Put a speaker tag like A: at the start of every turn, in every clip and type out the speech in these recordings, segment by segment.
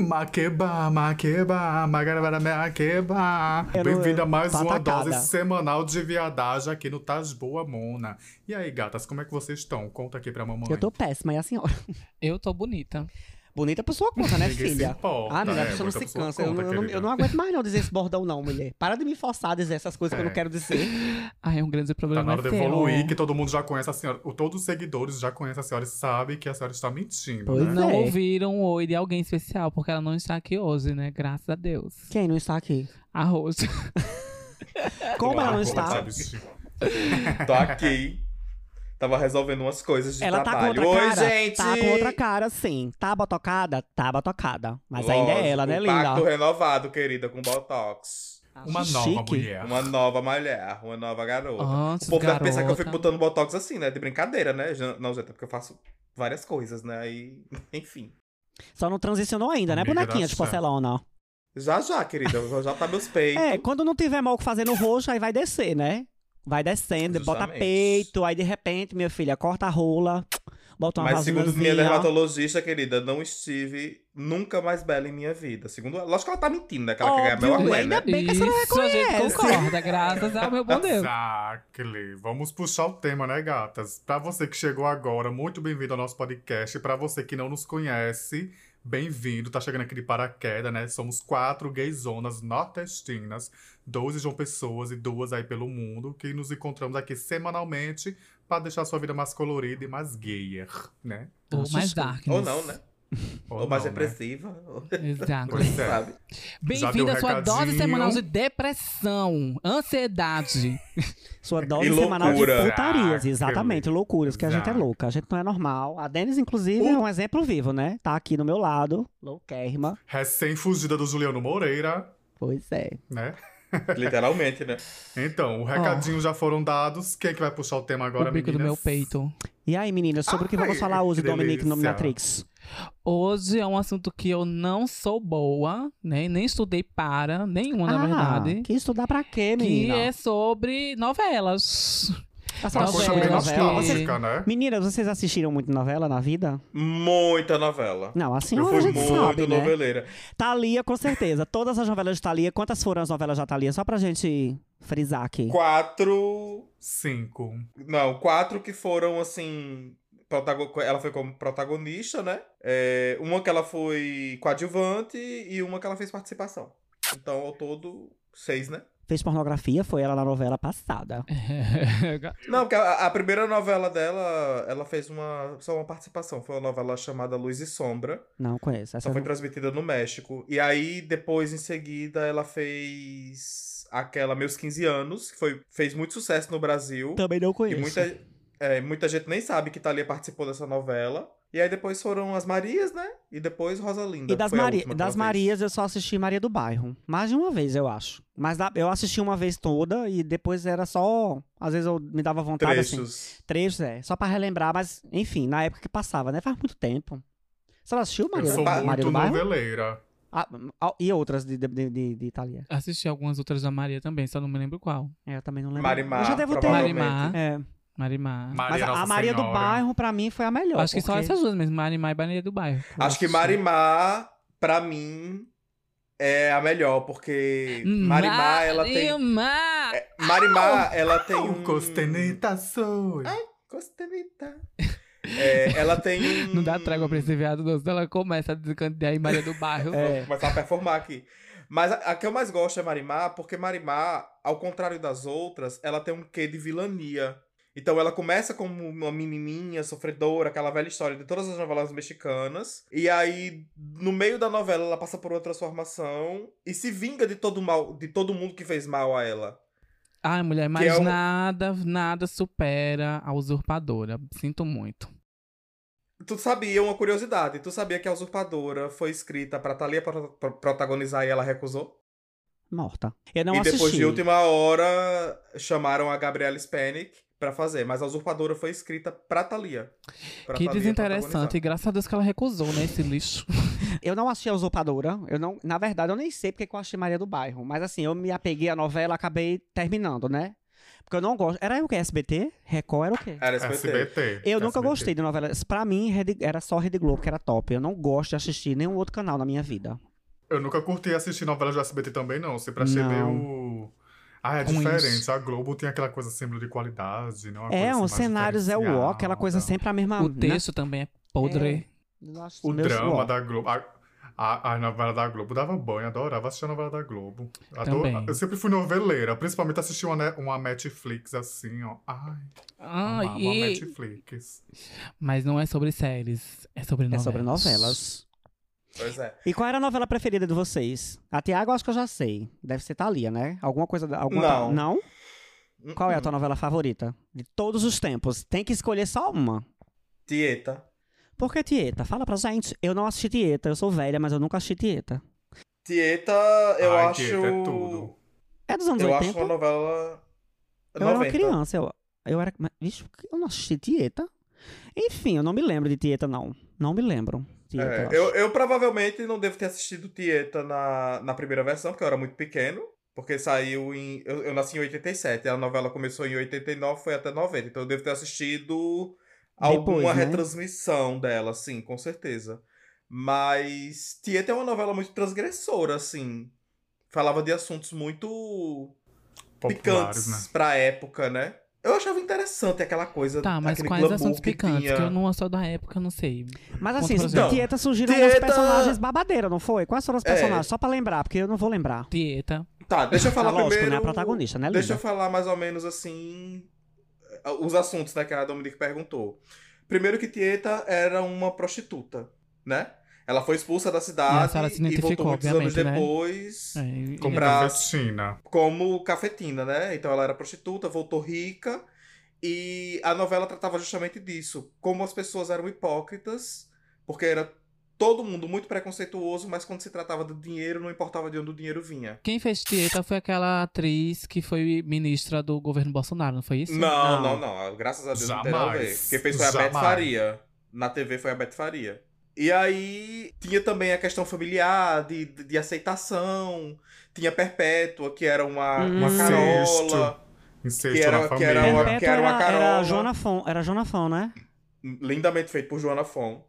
A: Maqueba, maqueba, magarabara, maqueba.
B: Eu não-
A: Bem-vindo a mais uma
B: patacada.
A: dose semanal de viadagem aqui no Taz Boa Mona. E aí, gatas, como é que vocês estão? Conta aqui pra mamãe.
B: Eu tô péssima, e a senhora?
C: Eu tô bonita.
B: Bonita por sua conta, né,
A: Ninguém se
B: filha?
A: importa,
B: ah, mulher,
A: é,
B: a pessoa não
A: muita
B: se
A: pessoa
B: cansa. Eu,
A: conta,
B: eu não,
A: querida.
B: eu não aguento mais não dizer esse bordão, não, mulher. Para de me forçar a dizer essas coisas que eu
A: É.
B: não quero dizer.
C: Ai, é um grande problema.
A: Tá na hora de
C: é teu.
A: evoluir, que todo mundo já conhece a senhora. o- Todos os seguidores já conhecem a senhora e sabem que a senhora está mentindo.
B: Pois
A: né?
C: Não
B: É.
C: ouviram o oi de alguém especial, porque ela não está aqui hoje, né? Graças a Deus.
B: Quem não está aqui?
C: A Rose.
B: É, Como ela não está?
D: Tô aqui. Tava resolvendo umas coisas de
B: Ela tá com
D: trabalho.
B: outra
D: Oi,
B: cara.
D: gente!
B: Tá com outra cara, sim. Tá botocada? Tá botocada. Mas ainda é ela, né,
D: Lógico, um Pacto
B: linda?
D: renovado, querida, com Botox.
A: Uma
B: Chique.
A: nova mulher.
D: Uma nova mulher, uma nova garota.
C: Antes,
D: o povo deve pensar que eu
C: garota.
D: fico botando Botox assim, né? De brincadeira, né? Já- Não, gente, é porque eu faço várias coisas, né? E, enfim.
B: Só não transicionou ainda, né,
A: Amiga da
B: bonequinha de
A: Sam.
B: porcelana?
D: Já, já, querida. já- Já tá meus peitos.
B: É, quando não tiver mal o que fazer no roxo, aí vai descer, né? Vai descendo, bota
D: Justamente.
B: peito, aí de repente, minha filha, corta a rola, bota uma
D: Mas segundo
B: vaselinazinha.
D: minha dermatologista, querida, não estive nunca mais bela em minha vida. Segundo ela, lógico que ela tá mentindo, né? Que ela quer ganhar
B: Óbvio,
D: meu
B: ainda
D: arrué, né?
B: bem que a senhora
C: Isso, a gente
B: reconhece.
C: concorda, graças ao meu bom Deus.
A: Exactly. Vamos puxar o tema, né, gatas? Pra você que chegou agora, muito bem-vindo ao nosso podcast. Pra você que não nos conhece, bem-vindo. Tá chegando aqui de paraquedas, né? Somos quatro gayzonas nordestinas, 12 João Pessoas e duas aí pelo mundo, que nos encontramos aqui semanalmente pra deixar a sua vida mais colorida e mais gayer, né?
C: Ou mais dark.
D: Ou não, né? Ou, mais
A: não, né?
D: depressiva. Ou...
C: Exato.
A: Pois é.
D: Sabe?
C: Bem-vindo
A: deu
C: à sua
A: recadinho.
C: dose semanal de depressão, ansiedade.
B: Sua dose
D: E
B: semanal de
D: loucura. Ah,
B: putarias, exatamente,
A: Exactly.
B: loucuras, que a gente é
A: Exactly.
B: louca, a gente não é normal. A Denis, inclusive,
D: O-
B: é um exemplo vivo, né? Tá aqui do meu lado, louquérrima.
A: Recém-fugida do Juliano Moreira,
B: Pois é.
A: né?
D: Literalmente, né?
A: Então, o recadinho já foram dados. Quem é que vai puxar o tema agora,
C: o bico do
A: meninas?
C: meu peito.
B: E aí, meninas, sobre o que
A: Ai,
B: vamos falar hoje,
A: que
B: Dominique, no
A: delícia.
B: Minatrix?
C: Hoje é um assunto que eu não sou boa, né? Nem estudei para, nenhuma, na verdade.
B: Ah, que estudar pra quê,
C: Que
B: menina? Tá
C: é sobre novelas.
B: As
A: Uma coisa bem
C: Novelas,
B: Vocês-
A: nostálgica, né?
B: Meninas, vocês assistiram muito novela na vida?
D: Muita novela.
B: Não, assim
D: Eu
B: a
D: fui
B: gente
D: muito
B: sabe, né?
D: noveleira.
B: Thalia, com certeza. Todas as novelas de Thalia. Quantas foram as novelas da Thalia? Só pra gente frisar aqui.
D: Quatro.
A: Cinco.
D: Não, quatro que foram assim. protago- Ela foi como protagonista, né? É, uma que ela foi coadjuvante e uma que ela fez participação. Então, ao todo, seis, né?
B: Fez pornografia, foi ela na novela passada.
D: Não, porque a, a primeira novela dela, ela fez uma só uma participação. Foi uma novela chamada Luz e Sombra.
B: Não conheço. Essa
D: Só
B: eu
D: foi
B: não-
D: transmitida no México. E aí, depois, em seguida, ela fez aquela Meus 15 Anos, que foi, fez muito sucesso no Brasil.
B: Também não
D: E
B: conheço.
D: muita, é, muita gente nem sabe que Thalia participou dessa novela. E aí depois foram as Marias, né? E depois Rosalinda.
B: E das,
D: foi a
B: Mari-
D: última que
B: das
D: ela fez.
B: Marias eu só assisti Maria do Bairro. Mais de uma vez, eu acho. Mas da- eu assisti uma vez toda e depois era só. Às vezes eu me dava vontade assim.
D: Trechos.
B: Trechos, é. Só pra relembrar, mas enfim, na época que passava, né? Faz muito tempo. Você não assistiu
A: Eu
B: Maria, do,
A: sou
B: Ba- Maria
A: muito
B: do Bairro?
A: noveleira.
B: Ah, ah, e outras de, de, de, de, de Thalia.
C: Assisti algumas outras da Maria também, só não me lembro qual.
B: É, eu também não lembro.
D: Marimar,
B: eu já devo ter.
D: provavelmente.
C: Marimar.
B: É,
C: Marimar.
B: mas
A: Maria
B: a-
A: Nossa
B: a Maria do
A: Senhora.
B: Bairro, pra mim, foi a melhor.
C: Acho que só
B: porque-
C: essas duas mesmo, Marimar e Maria do Bairro.
D: Acho que Marimar, pra mim, é a melhor, porque Marimar, ela tem.
C: Hum, Marimar!
D: é, Marimar, ela tem
A: Não,
D: um.
A: Costeneta sou.
D: Costenita. É, ela tem um.
C: Não dá trégua pra esse viado, não. senão Ela começa a descantear em Maria do Bairro.
D: Vou começar a performar aqui. Mas a, a que eu mais gosto é Marimar, porque Marimar, ao contrário das outras, ela tem um quê de vilania. Então ela começa como uma menininha sofredora, aquela velha história de todas as novelas mexicanas. E aí, no meio da novela, ela passa por uma transformação e se vinga de todo mal, de todo mundo que fez mal a ela.
C: Ai, mulher,
D: Que
C: mas
D: é um-
C: nada, nada supera a usurpadora. Sinto muito.
D: Tu sabia uma curiosidade? Tu sabia que a usurpadora foi escrita pra Thalia pro- pro- protagonizar e ela recusou?
B: Morta. Eu não
D: e
B: assisti.
D: depois de última hora, chamaram a Gabriela Spanik pra fazer. Mas a Usurpadora foi escrita pra Thalia. Pra
C: que
D: Thalia
C: desinteressante. E graças a Deus que ela recusou, né? Esse lixo.
B: Eu não achei a Usurpadora. Eu não, na verdade, eu nem sei porque que eu achei Maria do Bairro. Mas assim, eu me apeguei à novela, acabei terminando, né? Porque eu não gosto. Era o que? SBT? Record era o quê?
D: Era SBT.
A: SBT.
B: Eu nunca
A: SBT.
B: gostei de novelas. Pra mim, Rede- era só Rede Globo que era top. Eu não gosto de assistir nenhum outro canal na minha vida.
A: Eu nunca curti assistir novelas do SBT também, não. Sempre achei
B: Não.
A: meio. Ah, é
C: Ruins.
A: diferente. A Globo tem aquela coisa símbolo de qualidade, não? Uma coisa
B: é,
A: assim
B: os
A: mais tá?
B: cenários é o ó, aquela coisa
A: diferenciada.
B: sempre a
D: Ah,
B: mesma.
C: O
B: né?
C: texto também é podre.
B: Nossa,
A: O
B: meu
A: drama
B: suor.
A: da Globo. A, a, a novela da Globo dava banho, adorava assistir a novela da Globo. Ador-
C: Também.
A: Eu sempre fui noveleira, principalmente assistir uma, ne- uma Netflix assim, ó. Ai,
C: Ah,
D: É um
A: amava a
C: e...
A: Netflix.
C: Mas não é sobre séries, é sobre
B: É
C: novelas.
B: sobre novelas.
D: Pois é.
B: E qual era a novela preferida de vocês? A Tiago, acho que eu já sei. Deve ser Thalia, né? Alguma coisa. da- Alguma
D: Não. Hum,
B: não? Qual é a tua novela favorita? De todos os tempos. Tem que escolher só uma.
D: Tieta.
B: Porque Tieta, fala pra gente. Eu não assisti Tieta, eu sou velha, mas eu nunca assisti Tieta.
D: Tieta, eu
A: Ai,
D: acho.
A: Tieta, é tudo.
B: É dos anos
D: Eu
B: 80?
D: acho uma novela.
B: eu
D: 90.
B: era uma criança. Eu, eu era. mas, Vixe, por que eu não assisti Tieta? Enfim, eu não me lembro de Tieta, não. Não me lembro. Tieta,
D: É,
B: eu acho.
D: eu, eu provavelmente não devo ter assistido Tieta na, na primeira versão, porque eu era muito pequeno. Porque saiu em. Eu, eu nasci em 87, a novela começou em 89, foi até 90. Então eu devo ter assistido alguma
B: Depois, né?
D: retransmissão dela, sim, com certeza. Mas Tieta é uma novela muito transgressora, assim. Falava de assuntos muito
A: Populares,
D: picantes
B: né?
D: pra época, né? Eu achava interessante aquela coisa.
C: Tá, mas
D: É aquele
C: quais
D: glamour
C: assuntos
D: que
C: picantes?
D: tinha.
C: Que eu não sou da época, eu não sei.
B: Mas
C: Conta
B: assim,
C: pra
D: gente.
B: Tieta surgiram alguns
D: Tieta-
B: personagens babadeiros, não foi? Quais foram os
D: É.
B: personagens? Só pra lembrar, porque eu não vou lembrar.
C: Tieta.
D: Tá, deixa eu falar
B: ah, lógico,
D: primeiro.
B: né? A protagonista, né,
D: Deixa eu
B: linda?
D: falar mais ou menos assim os assuntos né, que a Dominique perguntou. Primeiro que Tieta era uma prostituta, né? Ela foi expulsa
C: E
D: da
C: a
D: cidade
C: senhora se
D: e
C: identificou,
D: voltou muitos anos
C: obviamente, né?
D: depois
C: É, e-
A: né? Como
D: Pra-
A: clandestina.
D: como cafetina, né? Então ela era prostituta, voltou rica e a novela tratava justamente disso, como as pessoas eram hipócritas, porque era todo mundo muito preconceituoso, mas quando se tratava do dinheiro não importava de onde o dinheiro vinha.
C: Quem fez Tieta foi aquela atriz que foi ministra do governo Bolsonaro, não foi isso?
D: Não,
B: Não.
D: não, não, Graças a Deus não tem nada a ver.
A: Jamais.
D: Quem fez foi a Beth
A: Jamais.
D: Faria. Na TV foi a Beth Faria. E aí tinha também a questão familiar, de, de, de aceitação. Tinha Perpétua, que era uma, uma
B: Hum.
D: carola.
A: Incesto
D: Que era-
A: na
D: que
A: família.
D: era uma-
B: Perpétua
D: que era uma
B: era
D: Carola.
B: Joana Fon, era Joana Fon, né?
D: Lindamente feito por Joana Fon.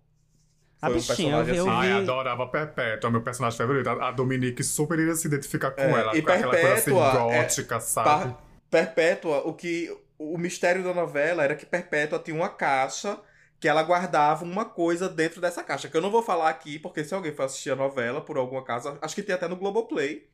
B: A
D: Foi um
B: bichinha, eu,
D: personagem
B: eu
A: Ai,
D: assim.
B: vi.
A: adorava Perpétua, meu personagem favorito. A a Dominique super iria se identificar com
D: É,
A: ela.
D: e
A: com aquela coisa assim
D: Perpétua é-
A: gótica, sabe?
D: Par- Perpétua, o que o mistério da novela era que Perpétua tinha uma caixa que ela guardava uma coisa dentro dessa caixa, que eu não vou falar aqui, porque se alguém for assistir a novela por alguma casa, acho que tem até no Globoplay.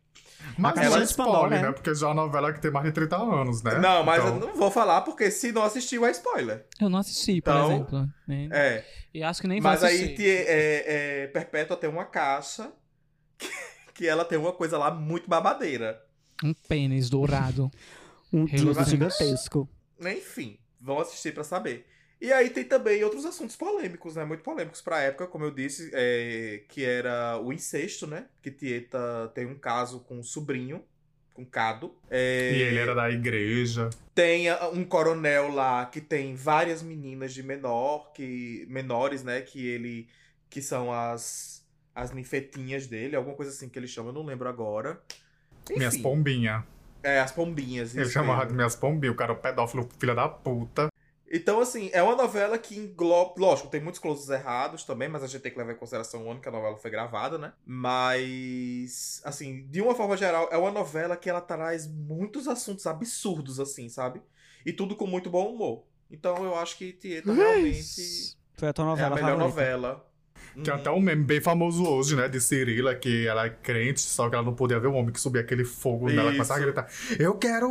A: Mas
B: Acabou
A: ela
B: de expandir,
A: spoiler,
B: né?
A: né? Porque já é uma novela que tem mais de 30 anos, né?
D: não, mas
A: Então,
D: eu não vou falar porque se não assistiu é spoiler.
C: Eu não assisti, por
D: Então,
C: exemplo. né?
D: É.
C: E acho que nem vai
D: Mas
C: assistir.
D: aí te- é, é, Perpétua tem uma caixa que, que ela tem uma coisa lá muito babadeira.
C: Um pênis dourado.
B: Um
C: Reluzente.
B: disco gigantesco.
D: Enfim, vão assistir pra saber. E aí tem também outros assuntos polêmicos, né? Muito polêmicos pra época, como eu disse, é, que era o incesto, né? Que Tieta tem um caso com um sobrinho, com Cado. É,
A: E ele era da igreja.
D: Tem a- um coronel lá que tem várias meninas de menor, que menores, né? Que ele. que são as. as ninfetinhas dele, alguma coisa assim que ele chama, eu não lembro agora.
A: Minhas
D: Enfim,
A: pombinhas.
D: É, as pombinhas.
A: Ele
D: isso
A: chamava
D: mesmo.
A: de minhas pombinhas. O cara é um pedófilo, filha da puta.
D: Então, assim, é uma novela que engloba. Lógico, tem muitos closes errados também, mas a gente tem que levar em consideração o ano que a novela foi gravada, né? Mas, assim, de uma forma geral, é uma novela que ela traz muitos assuntos absurdos, assim, sabe? E tudo com muito bom humor. Então, eu acho que Tieta realmente
B: Foi a tua
D: é a
B: novela
D: melhor
B: favorita.
D: novela.
A: Tem
D: Uhum.
A: até um meme bem famoso hoje, né? De Cirila, que ela é crente, só que ela não podia ver o homem que subia aquele fogo nela. Ela começava a
D: Isso.
A: gritar: Eu quero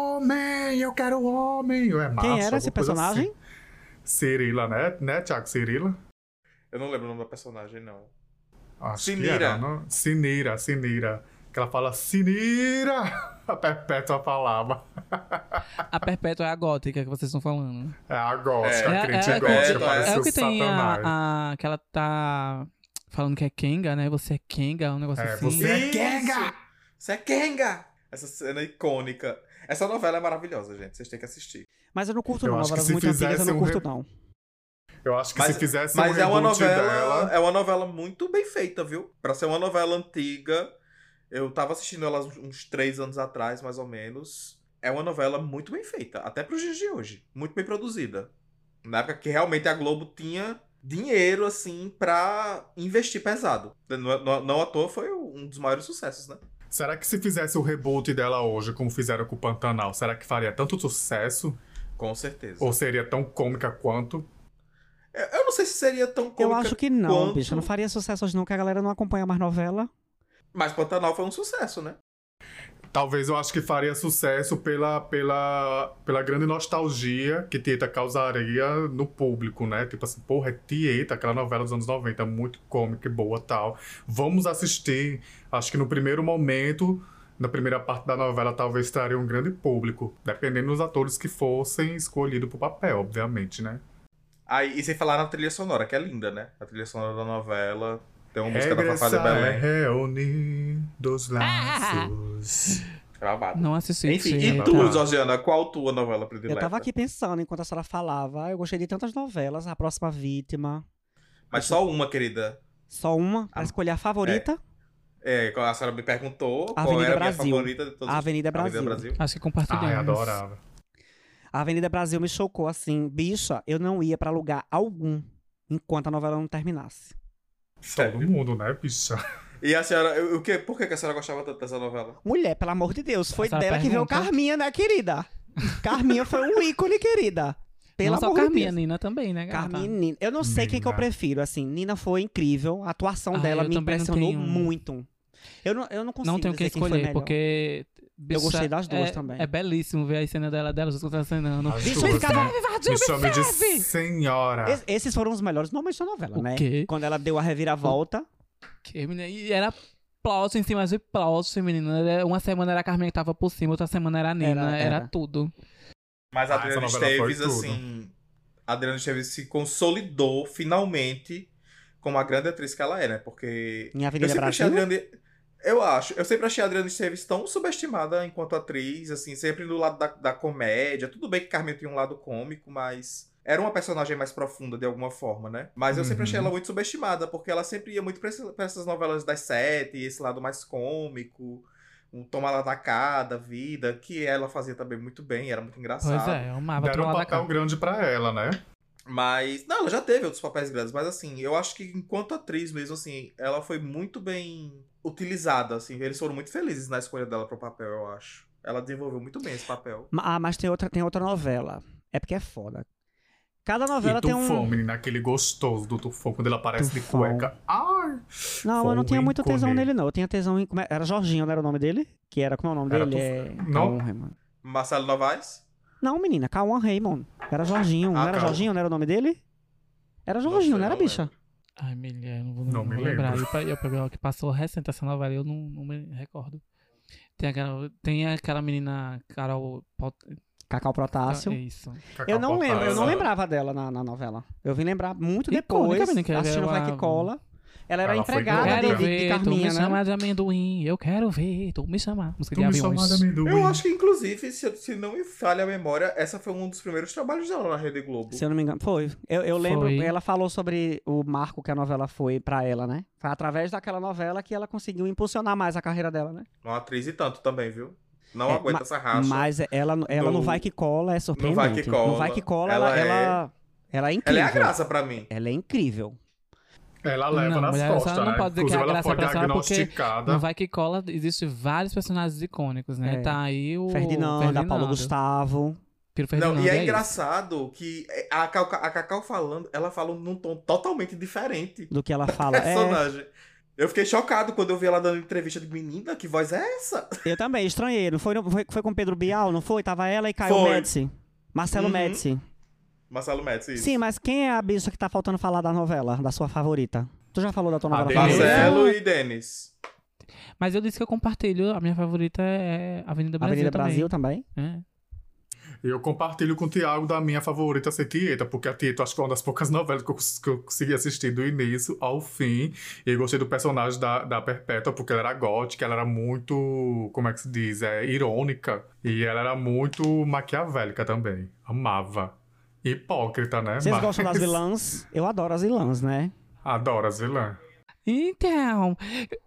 A: homem! Eu quero homem! Eu é macho,
B: Quem era esse
A: alguma coisa
B: personagem?
A: Assim. Cirila, né? Né, Tiago? Cirila?
D: Eu não lembro o nome da personagem, não.
A: Acho
D: Sinira.
A: que era, não? Sinira, Sinira. Que ela fala Sinira! A perpétua palavra.
C: A Perpétua é a gótica que vocês estão falando.
A: É a gótica,
D: É,
A: a crente
C: é, é,
A: gótica,
D: é,
A: parece
C: é o
A: o
C: que tem
A: satanás.
C: a, a- que ela tá falando que é Kenga, né? Você é Kenga, um negócio
A: É,
C: assim.
A: você- é
D: Isso!
A: Kenga!
D: Você é Kenga! Essa cena icônica. Essa novela é maravilhosa, gente. Vocês têm que assistir.
B: Mas eu não curto,
A: Eu
B: não.
A: acho que
B: Novelas
A: se
B: muito antigas eu
A: fizesse
B: não
A: um
B: curto,
A: re-
B: não.
A: Eu acho que
D: Mas-
A: se fizesse
D: Mas
A: um
D: é uma
A: reboot
D: novela,
A: dela...
D: é uma novela muito bem feita, viu? Pra ser uma novela antiga, eu tava assistindo ela uns- uns três anos atrás, mais ou menos. é uma novela muito bem feita, até pros dias de hoje. Muito bem produzida. Na época que realmente a Globo tinha dinheiro, assim, pra investir pesado. Não, não, não à toa foi um dos maiores sucessos, né?
A: Será que se fizesse o reboot dela hoje, como fizeram com o Pantanal, será que faria tanto sucesso?
D: Com certeza.
A: Ou seria tão cômica quanto?
D: Eu, eu não sei se seria tão cômica
B: Eu acho que não,
D: quanto-
B: bicho. Não faria sucesso hoje, não, que a galera não acompanha mais novela.
D: Mas Pantanal foi um sucesso, né?
A: Talvez eu acho que faria sucesso pela, pela, pela grande nostalgia que Tieta causaria no público, né? Tipo assim, porra, é Tieta, aquela novela dos anos 90, muito cômica e boa tal. Vamos assistir. Acho que no primeiro momento, na primeira parte da novela, talvez traria um grande público. Dependendo dos atores que fossem escolhidos pro papel, obviamente, né?
D: Aí, e sem falar na trilha sonora, que é linda, né? A trilha sonora da novela. Tem uma música da Fafá de
A: Regressar é
D: Belém.
A: reunir dos
C: Ah,
A: laços.
D: Gravada.
C: Não assisti.
D: é- Enfim,
C: sim, é
D: e
A: tá.
C: não.
D: tu, Georgiana, qual tua novela predileta?
B: Eu tava aqui pensando enquanto a senhora falava. "Ah, Eu gostei de tantas novelas. A Próxima Vítima.
D: Mas só uma, querida.
B: Só uma pra
D: Ah,
B: escolher a favorita.
D: É, a senhora me perguntou qual
B: Avenida
D: era a minha
B: Brasil.
D: favorita de todos
B: a Avenida
D: os...
B: Brasil.
C: Acho que
A: Ai,
C: compartilhamos.
A: adorava.
B: A Avenida Brasil me chocou assim. Bicha, eu não ia pra lugar algum enquanto a novela não terminasse.
A: Todo
D: É.
A: mundo, né, bicha?
D: E a senhora, o que, por que que a senhora gostava tanto dessa novela?
B: Mulher, pelo amor de Deus, foi
C: Essa
B: dela que veio
C: pergunta-
B: Carminha, né, querida? Carminha foi um ícone, querida. Pelo
C: não só
B: amor
C: Carminha,
B: de Deus.
C: Nina também, né, gata?
B: Carminha e Nina. Eu não sei quem que eu
A: Nina.
B: prefiro, assim. Nina foi incrível. A atuação
C: Ah,
B: dela
C: eu
B: me
C: também não
B: impressionou
C: tenho-
B: muito. Eu não, eu não consigo
C: Não tenho o que
B: dizer quem foi
C: escolher,
B: melhor.
C: porque... bicha,
B: gostei das duas
C: é-
B: também.
C: É belíssimo ver a cena dela, delas duas contracenando.
A: As
B: Bicho,
A: duas,
B: esse cara
A: né?
C: Invadiu,
A: Me chame de
C: serve!
A: senhora.
B: Es- esses foram os melhores momentos da novela,
C: O
B: né?
C: quê?
B: Quando ela deu a reviravolta.
C: Que, menina, e era plot em cima de plot, menina. Era- Uma semana era a Carminha que tava por cima, outra semana era a Nina.
B: Era-
C: Era,
B: era.
C: tudo.
D: Mas a
A: Ah,
D: Adriana
A: essa novela foi
D: Esteves,
A: tudo.
D: assim... A Adriana Esteves se consolidou, finalmente, como a grande atriz que ela é, né? Porque
B: Em
D: Eu
B: Avenida
D: sempre achei
B: Brasil.
D: a Adriane. Eu acho. Eu sempre achei a Adriane Esteves tão subestimada enquanto atriz, assim, sempre do lado da, da comédia. Tudo bem que Carmen tem um lado cômico, mas. Era uma personagem mais profunda de alguma forma, né? Mas eu sempre
A: Uhum.
D: achei ela muito subestimada, porque ela sempre ia muito pra, esse- pra essas novelas das sete, esse lado mais cômico, um toma lá da cá, da vida, que ela fazia também muito bem, era muito engraçada.
C: Pois é, eu amava
A: Deram
C: tomar
A: um
C: da
A: papel
C: cara.
A: grande pra ela, né?
D: Mas. Não, ela já teve outros papéis grandes, mas assim, eu acho que enquanto atriz mesmo, assim, ela foi muito bem utilizada, assim. Eles foram muito felizes na escolha dela pro papel, eu acho. Ela desenvolveu muito bem esse papel.
B: Ma- Ah, mas tem outra, tem outra novela. É porque é foda. Cada novela
A: e
B: tem
A: Tufão,
B: um.
A: menina, aquele gostoso do Tufão, quando ele aparece
B: Tufão.
A: de cueca. Ai!
B: Não,
A: Foi
B: eu não
A: um
B: tinha muito
A: ícone.
B: tesão nele, não. Eu tinha tesão em. como é- Era Jorginho, não era o nome dele? Que era. Como é o nome
A: Era
B: dele?
A: Tufão.
B: É...
A: Não.
B: Cauã Raymond.
D: Marcelo Novaes?
B: Não, menina, Cauã Raymond. Era Jorginho. não
D: Ah,
B: era
D: Cauã.
B: Jorginho, não era o nome dele? Era Jorginho,
D: Nossa,
B: não era,
D: eu não
B: bicha?
C: Ai, mulher, eu não vou,
A: Não
C: não
A: me
C: vou lembrar.
A: lembro.
C: Eu, pe- eu peguei uma é que passou recente essa novela, eu não, não me recordo. Tem aquela, tem aquela menina Carol Pot...
B: Cacau Protássio.
C: É isso.
B: Eu não lembro, eu não
A: Tá, Cacau
B: lembrava dela na, na novela. Eu vim lembrar muito
C: Icônica,
B: depois,
A: né,
C: menina, que
B: assistindo
C: era
B: Vai Que
C: uma-
B: Cola. Ela era
A: Ela foi
B: empregada
A: grande.
B: de,
C: quero
A: David
B: de, de
C: ver, tu
B: Carminha,
C: me
B: né?
C: é chama de amendoim, eu quero ver, tu me chama. Música
A: Tu
C: de
A: me chamada
C: aviões.
A: um amendoim.
D: Eu acho que, inclusive, se, se não me falha a memória, essa foi um dos primeiros trabalhos dela na Rede Globo.
B: Se eu não me engano, foi. Eu, eu lembro,
C: Foi.
B: ela falou sobre o marco que a novela foi pra ela, né? Foi através daquela novela que ela conseguiu impulsionar mais a carreira dela, né?
D: Uma atriz e tanto também, viu? Não
B: É,
D: aguenta
B: ma-
D: essa racha.
B: Mas ela, ela no,
D: No-
B: Vai Que Cola é surpreendente.
D: Vai Que Cola.
B: No Vai Que Cola, ela,
D: Ela é-
B: ela, ela é
D: Ela
B: incrível.
D: é a graça pra mim.
B: Ela é incrível.
A: Ela leva
C: Não,
A: nas
C: mulher,
A: costas,
C: ela não
A: né?
C: pode dizer que
A: Inclusive,
C: é a
A: ela
C: graça
A: foi
C: pra senhora porque
A: diagnosticada.
C: No Vai Que Cola existem vários personagens icônicos, né?
B: É.
C: Tá aí o
B: Ferdinanda, Paulo Gustavo.
C: Piro
D: Não, e
C: Ferdinando,
D: é,
C: isso.
D: engraçado que é, a Cacau, a Cacau falando, ela fala num tom totalmente diferente.
B: Do que ela fala. é,
D: personagem. Eu fiquei chocado quando eu vi ela dando entrevista de menina, que voz é essa?
B: eu também, estranhei. Não foi, no- foi, foi com Pedro Bial, não foi? Tava ela e Caio
D: Foi.
B: Médici. Marcelo
D: Uhum.
B: Médici.
D: Marcelo Metz, isso.
B: Sim, mas quem é a bicha que tá faltando falar da novela, da sua favorita? Tu já falou da tua
A: A
B: novela
A: Denise.
B: favorita?
D: Marcelo e Denis.
C: Mas eu disse que eu compartilho, a minha favorita é Avenida Brasil
B: Avenida
C: também.
B: Brasil também.
C: É.
A: E eu compartilho com o Tiago da minha favorita ser Tieta, porque a Tieta acho que foi uma das poucas novelas que eu, cons- que eu consegui assistir do início ao fim. E eu gostei do personagem da, da Perpétua, porque ela era gótica, ela era muito, como é que se diz? É, irônica. E ela era muito maquiavélica também. Amava. Hipócrita, né?
B: Vocês
A: Mas-
B: gostam das vilãs? Eu adoro as vilãs, né?
A: Adoro as vilãs.
C: Então,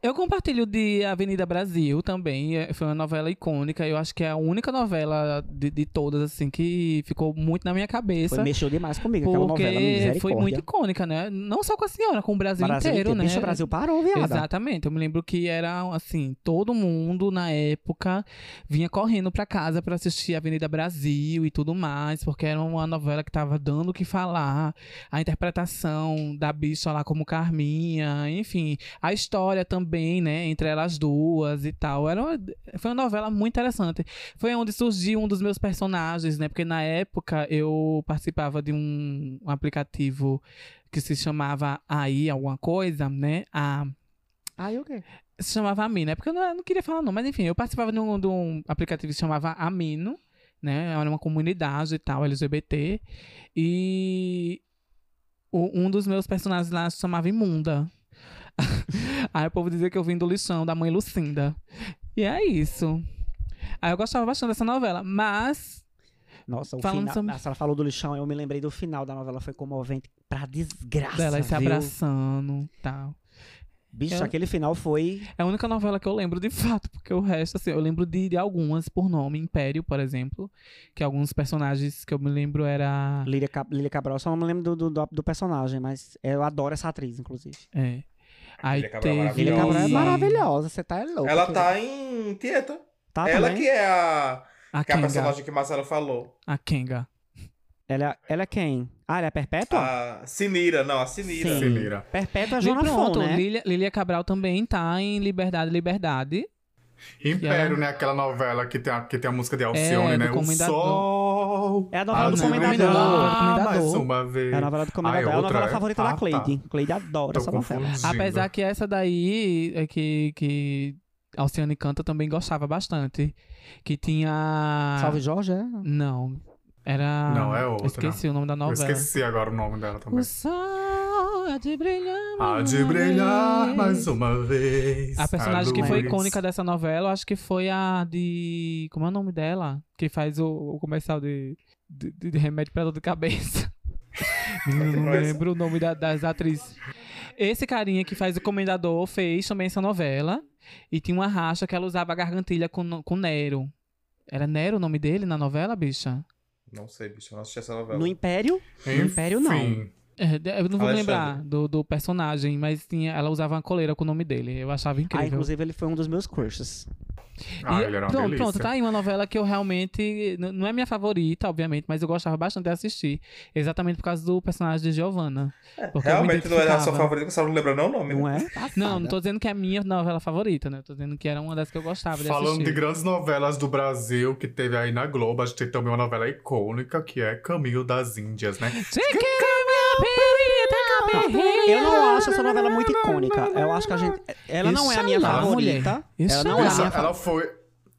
C: eu compartilho de Avenida Brasil também. é- Foi uma novela icônica. Eu acho que é a única novela de, de todas, assim, que ficou muito na minha cabeça.
B: Foi, mexeu demais comigo aquela novela,
C: porque
B: misericórdia.
C: foi muito icônica, né? Não só com a senhora, com o Brasil,
B: Brasil
C: inteiro, né?
B: Bicho, o Brasil parou, viada.
C: Exatamente, eu me lembro que era assim, todo mundo na época vinha correndo pra casa pra assistir Avenida Brasil e tudo mais, porque era uma novela que tava dando o que falar, a interpretação da bicha lá como Carminha, enfim, a história também, né, entre elas duas e tal. Era uma- foi uma novela muito interessante. Foi onde surgiu um dos meus personagens, né, porque na época eu participava de um, um aplicativo que se chamava Aí Alguma Coisa, né, a
B: Aí Ah, o quê?
C: se chamava Amino. É porque eu não, eu não queria falar, não. Mas enfim, eu participava de um, de um aplicativo que se chamava Amino, né? Era uma comunidade e tal, LGBT. E o- um dos meus personagens lá se chamava Imunda. Aí o povo dizia que eu vim do lixão da mãe Lucinda. E é isso. Aí eu gostava bastante dessa novela, mas.
B: Nossa, o
C: Falando
B: final.
C: sobre-
B: Nossa, ela falou do lixão, eu me lembrei do final da novela, foi comovente pra desgraça.
C: Dela se
B: viu?
C: abraçando e tal.
B: Bicho,
C: Eu-
B: aquele final foi.
C: É a única novela que eu lembro de fato, porque o resto, assim, eu lembro de, de algumas por nome, Império, por exemplo, que alguns personagens que eu me lembro era.
B: Lília, Cab- Lília Cabral, só não me lembro do, do, do personagem, mas eu adoro essa atriz, inclusive.
C: É. Aí
D: Lília Cabral
C: teve...
B: Lília Cabral é
D: Maravilhosa.
B: maravilhosa, você tá é louco.
D: Ela tá em Tieta.
B: tá
D: ela
B: também?
D: que é a,
C: A
D: que é a
C: Kenga.
D: personagem que Marcelo falou.
C: A Kenga.
B: Ela, ela é quem? Ah, ela é Perpétua?
D: A Sinira, não, a Sinira.
B: Sim.
A: Se lira.
B: Perpétua é
C: E
B: Jona Fon,
C: pronto,
B: né?
C: Lilia, Lilia Cabral também tá em Liberdade, Liberdade.
A: Império,
C: ela-
A: né? Aquela novela que tem a, que tem a música de Alcione,
C: É, do
A: né? O
C: Comendador.
A: Sol.
B: É a
C: Ah,
B: novela
A: a
B: do
A: te
B: Comendador.
A: brilhar
C: Comendador.
A: Mais uma vez.
B: É a novela do
A: Ah, é
B: Comendador, é a
A: outra,
B: novela
A: é?
B: favorita
A: Ah,
B: da
A: tá. Então
B: Cleide. Cleide adora
A: Tô
B: essa novela.
A: confundindo.
C: Apesar que essa daí é que, que Alcione canta também gostava bastante. Que tinha.
B: Salve Jorge, é?
C: Não. Era.
A: Não, é outra.
C: Esqueci o nome da
A: Eu
C: novela.
B: né?
A: esqueci agora o nome dela
C: O
A: também.
C: sol há de brilhar.
A: Há de
C: mais um. uma
A: brilhar
C: vez.
A: mais um uma vez.
C: A personagem que foi
A: luz.
C: icônica dessa novela, eu acho que foi a de. Como é o nome dela? Que faz o, o comercial de, de, de- de remédio pra dor de cabeça. Menina, não
D: Essa.
C: lembro o nome da- das atrizes. Esse carinha que faz o Comendador fez também essa novela. E tinha uma racha que ela usava a gargantilha com, com Nero. Era Nero o nome dele na novela, bicha?
D: Não sei, bicho, eu não assisti essa novela.
B: No Império?
A: Enfim,
B: No Império, não.
C: É, de- eu não vou me
D: Alexandre.
C: lembrar do, do personagem, mas tinha, ela usava uma coleira com o nome dele. Eu achava
B: Ah,
C: incrível.
B: inclusive ele foi um dos meus crushes.
A: Ah,
C: E-
A: ele era uma
C: pronto,
A: delícia.
C: pronto, tá aí uma novela que eu realmente. n- Não é minha favorita, obviamente, mas eu gostava bastante de assistir. Exatamente por causa do personagem de Giovanna. Porque eu me
D: É, Realmente não era a sua
C: identificava.
D: favorita, porque a senhora não lembra não o nome,
B: Não
D: né?
B: é?
C: Não, não tô dizendo que é a minha novela favorita, né? Tô dizendo que era uma das que eu gostava de
A: Falando de
C: assistir.
A: grandes novelas do Brasil que teve aí na Globo, a gente tem também uma novela icônica que é Caminho das Índias, né?
C: Chiquinha, minha perita, caberrinha.
B: Eu não acho essa novela muito icônica. Eu acho que a gente. Ela não é a minha
C: Isso lá,
B: favorita.
C: mulher.
B: Ela
C: Isso
B: não é a
C: lá.
A: Ela,
B: minha
A: ela foi,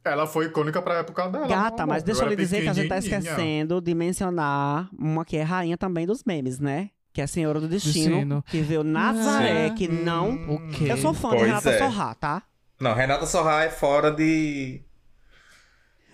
A: ela foi icônica pra época dela.
B: Gata,
A: meu
B: mas
A: amor.
B: deixa eu
A: era
B: lhe dizer que a gente tá
A: pequenininha.
B: esquecendo de mencionar uma que é rainha também dos memes, né? Que é a Senhora do Destino,
C: Destino.
B: que veio Nazaré,
C: Ah.
B: que não.
A: Hum,
C: O quê?
B: Eu sou fã de
D: Pois
B: Renata
D: é.
B: Sorrá, tá?
D: Não, Renata Sorra é fora de... é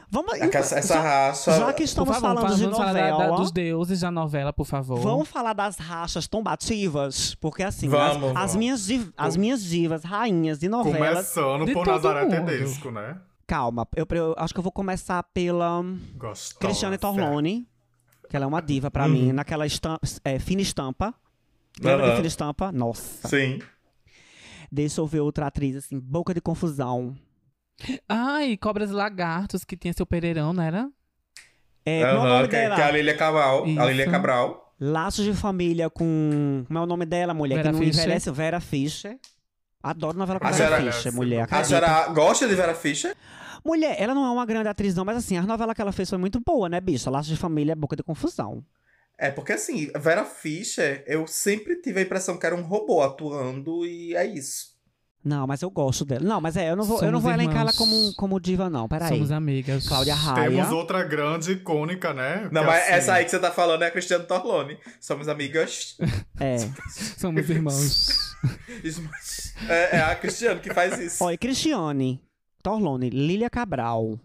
B: Vamos.
D: Essa, essa
B: Então, já,
D: raça...
B: já que
C: Por
B: estamos
C: favor,
B: falando de
C: vamos falar da-
B: novela,
C: da- dos deuses da novela, por favor.
B: vamos falar das rachas tombativas. Porque assim,
D: Vamos,
B: as,
D: vamos.
B: as minhas, div- as minhas divas, rainhas de novelas.
A: Começando
C: De
A: por
C: todo
A: Nazaré
C: mundo.
A: Tedesco, né?
B: Calma, eu, eu acho que eu vou começar pela.
A: Gostosa.
B: Cristiane Torlone, que ela é uma diva pra mim, naquela estampa, é, fina estampa. Lembra
D: Uhum. Aham.
B: de fina estampa? Nossa.
D: Sim.
B: Deixa eu ver outra atriz, assim, boca de confusão.
C: Ai, Cobras e Lagartos, que tinha seu Pereirão, não era?
B: É,
D: Aham,
B: qual é o nome
D: que, que é a
B: dela?
D: Lília Cabral.
C: Isso.
D: A Lília Cabral.
B: Laços de Família com... Como é o nome dela, mulher?
C: Vera
B: que não
C: Fischer.
B: envelhece. Vera Fischer. Adoro novela com
D: A
B: Vera
D: senhora-
B: Fischer, mulher.
D: A
B: acredita.
D: senhora gosta de Vera Fischer?
B: Mulher, ela não é uma grande atriz não, mas assim, a novela que ela fez foi muito boa, né, bicha? Laços de Família é boca de confusão.
D: É, porque assim, Vera Fischer, eu sempre tive a impressão que era um robô atuando e é isso.
B: Não, mas eu gosto dela. Não, mas é, eu não vou, eu não
C: Somos
B: vou elencar ela
C: irmãos.
B: como, um, como diva não, peraí.
C: Somos amigas.
B: Cláudia Raia.
A: Temos outra grande icônica, né?
D: Não,
A: Que
D: mas
A: assim,
D: essa aí que você tá falando é a Cristiane Torlone. Somos amigas.
B: É.
C: Somos irmãos.
D: É, é a Cristiane que faz isso.
B: Olha, Cristiane, Torlone, Lília Cabral,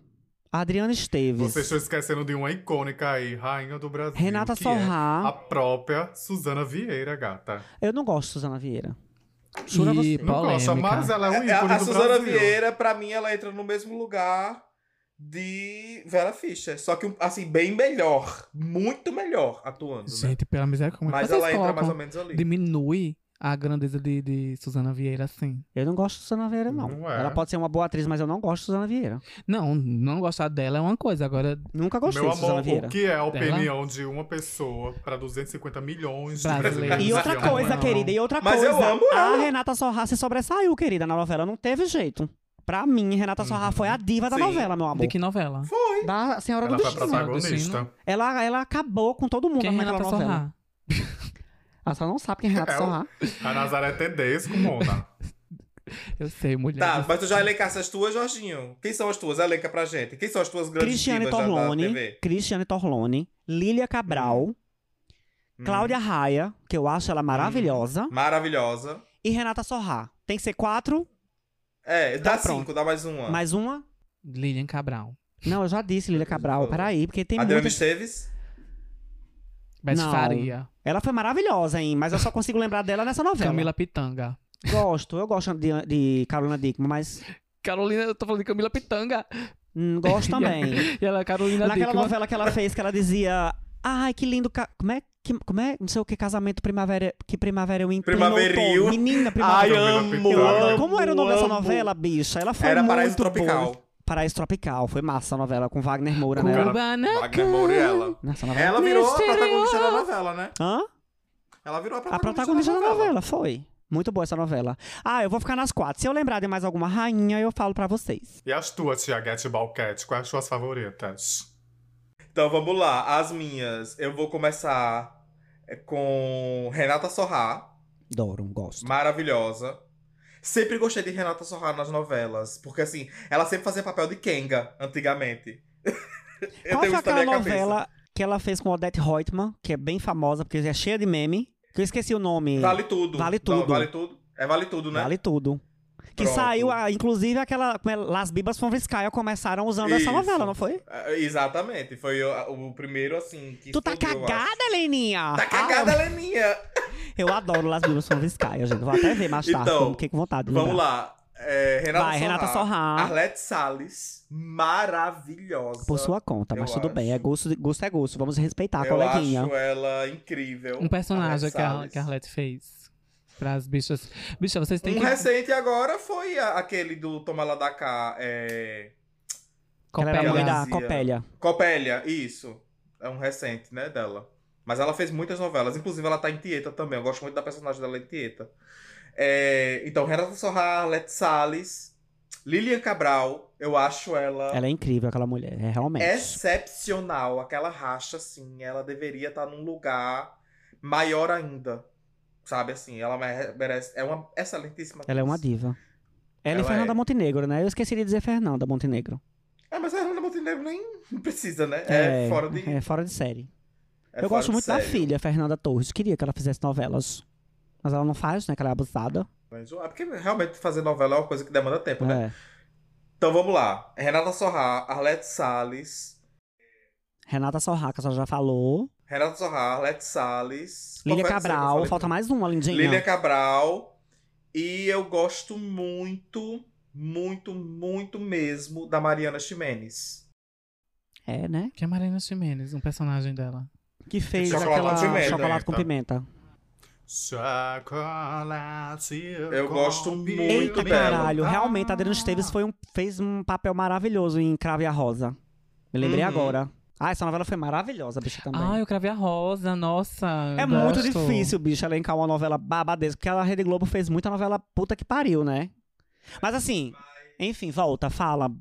B: Adriana Esteves,
A: Vocês estão esquecendo de uma icônica aí, rainha do Brasil.
B: Renata
A: que é
B: Sorrá.
A: a própria Suzana Vieira, gata.
B: Eu não gosto de Suzana Vieira. Jura
C: e
B: você.
A: Não gosta, mas
C: polêmica.
A: ela é um ícone
D: É, a
A: do
D: Suzana
A: Brasil.
D: Vieira, pra mim, ela entra no mesmo lugar de Vera Fischer. Só que, assim, bem melhor. Muito melhor atuando. né?
C: Gente, pela miséria, como é que
D: Mas
C: vocês
D: ela entra mais
C: colocam?
D: ou menos ali.
C: Diminui a grandeza de, de Suzana Vieira, assim.
B: Eu não gosto de Suzana Vieira, não.
A: Não é.
B: Ela pode ser uma boa atriz, mas eu não gosto de Suzana Vieira.
C: Não, não gostar dela é uma coisa. Agora,
B: Nunca gostei
A: Meu
B: de Suzana
A: amor,
B: Vieira.
A: o que é a opinião de uma pessoa pra 250 milhões de
C: Brasileiros.
A: brasileiros? né?
B: E outra
A: é que amam
B: coisa,
A: ela?
B: querida, e outra
D: Mas eu
B: coisa.
D: amo ela.
B: A Renata Sorra se sobressaiu, querida, na novela. Não teve jeito. Pra mim,
A: Uhum.
B: Renata Sorra foi a diva da
D: Sim.
B: novela, meu amor.
C: de que novela?
D: Foi.
B: Da Senhora
A: Ela
B: do assim,
A: foi a
B: Destino.
A: protagonista.
B: Ela, ela acabou com todo mundo
C: Quem é
B: naquela
C: Renata
B: novela.
C: Sorrá?
B: Ela só não sabe quem é Renata
A: É,
B: Sorra.
A: A Nazaré Tedesco, Mona.
C: Eu sei, mulher.
D: Tá, mas tu já elencasse as tuas, Jorginho. Quem são as tuas? Elenca pra gente. Quem são as tuas grandes
B: Cristiane
D: divas da- da
B: Torlone.
D: TV?
B: Cristiane Torlone. Lília Cabral.
D: Uhum. Hum.
B: Cláudia Raia, que eu acho ela maravilhosa.
D: Uhum. Maravilhosa.
B: E Renata Sorra. Tem que ser quatro,
D: É,
B: Tá
D: dá
B: pronto.
D: cinco, dá mais uma.
B: mais uma.
C: Lilian Cabral.
B: Não, eu já disse, Lília Cabral. Peraí, porque tem
D: Adriana
B: muitas.
D: Esteves?
C: Beth
B: Não.
C: Faria.
B: Ela foi maravilhosa, hein? Mas eu só consigo lembrar dela nessa novela.
C: Camila Pitanga.
B: Gosto, eu gosto de, de Carolina Dickman, mas
C: Carolina, eu tô falando de Camila Pitanga.
B: hum, gosto também.
C: E ela é Carolina
B: Naquela
C: Dickmann.
B: novela que ela fez, que ela dizia... Ai, que lindo... ca- Como é que... Como é? Não sei o que, casamento primavera... Que primavera eu inclino
D: Primaveril.
B: outono. Menina,
D: Ai,
B: primavera.
D: amo,
A: Eu
D: amo.
B: Como era o nome dessa
D: amo.
B: novela, bicha? Ela foi
D: Era
B: muito
D: Paraíso
B: boa.
D: Tropical.
B: Paraíso Tropical. Foi massa a novela, com Wagner Moura, né?
A: Com-
C: Cubana.
D: Wagner Moura e ela.
B: Nessa novela.
D: Ela virou a
C: Misteriosa.
D: protagonista da novela, né?
B: Hã?
D: Ela virou a
B: A
D: protagonista,
B: protagonista da novela, foi. Muito boa essa novela. Ah, eu vou ficar nas quatro. Se eu lembrar de mais alguma rainha, eu falo pra vocês.
A: E as tuas, Tiaguete Balquete, quais as tuas favoritas?
D: Então vamos lá, as minhas. Eu vou começar é, com Renata Sorrá,
B: Doro, gosto.
D: maravilhosa. Sempre gostei de Renata Sorrá nas novelas, porque assim, ela sempre fazia papel de Kenga, antigamente.
B: Qual
D: Eu tenho
B: foi
D: isso na
B: aquela
D: minha cabeça.
B: novela que ela fez com Odette Reutemann, que é bem famosa, porque é cheia de meme? Que eu esqueci o nome.
D: Vale tudo.
B: Vale
D: Não,
B: Tudo.
D: vale tudo. É vale tudo, né?
B: Vale tudo. Que
D: Pronto.
B: saiu, ah, inclusive, aquela. como é, Las Bibas from Vizcaya começaram usando
D: Isso.
B: essa novela, não foi?
D: É, Exatamente. Foi o, o primeiro, assim, que.
B: tu tá
D: explodiu, eu acho.
B: cagada, Leninha! Ah,
D: Tá cagada, Leninha!
B: eu, eu adoro Las Bibas from Vizcaya, gente. Vou até ver mais tarde,
D: Então,
B: porque eu fiquei com vontade. de
D: Vamos
B: lembrar.
D: lá. É, Renata
B: Vai,
D: Sorrá.
B: Renata Sorrá.
D: Arlete Salles, maravilhosa.
B: Por sua conta, mas
D: Eu
B: tudo bem. É
D: acho.
B: gosto, gosto é gosto. Vamos respeitar a
D: Eu
B: coleguinha.
D: acho ela incrível.
C: Um personagem que a,
D: Salles.
C: que a Arlete fez. Pras bichas. Bicha, vocês têm
D: Um
C: que.
D: recente agora foi a- aquele do Toma lá da cá. É...
A: né,
B: Ela era a mãe da
C: Copélia.
D: Copélia.
B: Copélia.
D: Copélia, isso. É um recente, né, dela. Mas ela fez muitas novelas. Inclusive, ela tá em Tieta também. Eu gosto muito da personagem dela em Tieta. É, Então, Renata Sorrá, Arlete Salles, Lilian Cabral. Eu acho
B: Ela é incrível, aquela mulher. É realmente.
D: excepcional. Aquela racha, assim, ela deveria estar num lugar maior ainda. Sabe assim, ela mere- merece. É uma excelentíssima.
B: Ela é uma
D: atriz.
B: diva. Ela, e
D: Ela
B: Fernanda
D: é.
B: Montenegro, né? Eu esqueci de dizer Fernanda Montenegro.
D: É, mas a Fernanda Montenegro nem precisa, né? É, fora de.
B: É fora de série.
D: é
B: eu
D: fora
B: gosto
D: de
B: muito da
D: série.
B: filha, Fernanda Torres. Queria que ela fizesse novelas. Mas ela não faz, né? Que ela é abusada.
D: Mas, ah, porque realmente fazer novela é uma coisa que demanda tempo, né?
B: É.
D: Então vamos lá. Renata Sorrá, Arlete Salles.
B: Renata Sorraca, a senhora já falou.
D: Renata Sorrá, Arlete Salles.
B: Lília
D: Confesso que eu
B: Cabral.
D: falei
B: Falta mais uma, lindinha.
D: Lília Cabral. E eu gosto muito, muito, muito mesmo da Mariana Ximenes.
B: É, né?
C: Que é Marina Ximenes, um personagem dela.
B: Que fez
D: Chocolate
B: aquela
D: com pimenta.
B: chocolate com pimenta.
A: Chocolate
D: Eu
A: com
D: gosto muito Ah.
A: pimenta.
B: Eita,
D: bela.
B: caralho. Realmente, a Adriana Esteves foi um, fez um papel maravilhoso em Crave a Rosa. Me lembrei
D: Uhum.
B: agora. Ah, essa novela foi maravilhosa, bicha, também.
C: Ah, eu cravei a rosa, nossa.
B: é
C: eu
B: muito
C: gosto.
B: difícil, bicho, elencar uma novela babadesca, porque a Rede Globo fez muita novela puta que pariu, né? Mas assim, enfim, volta, fala.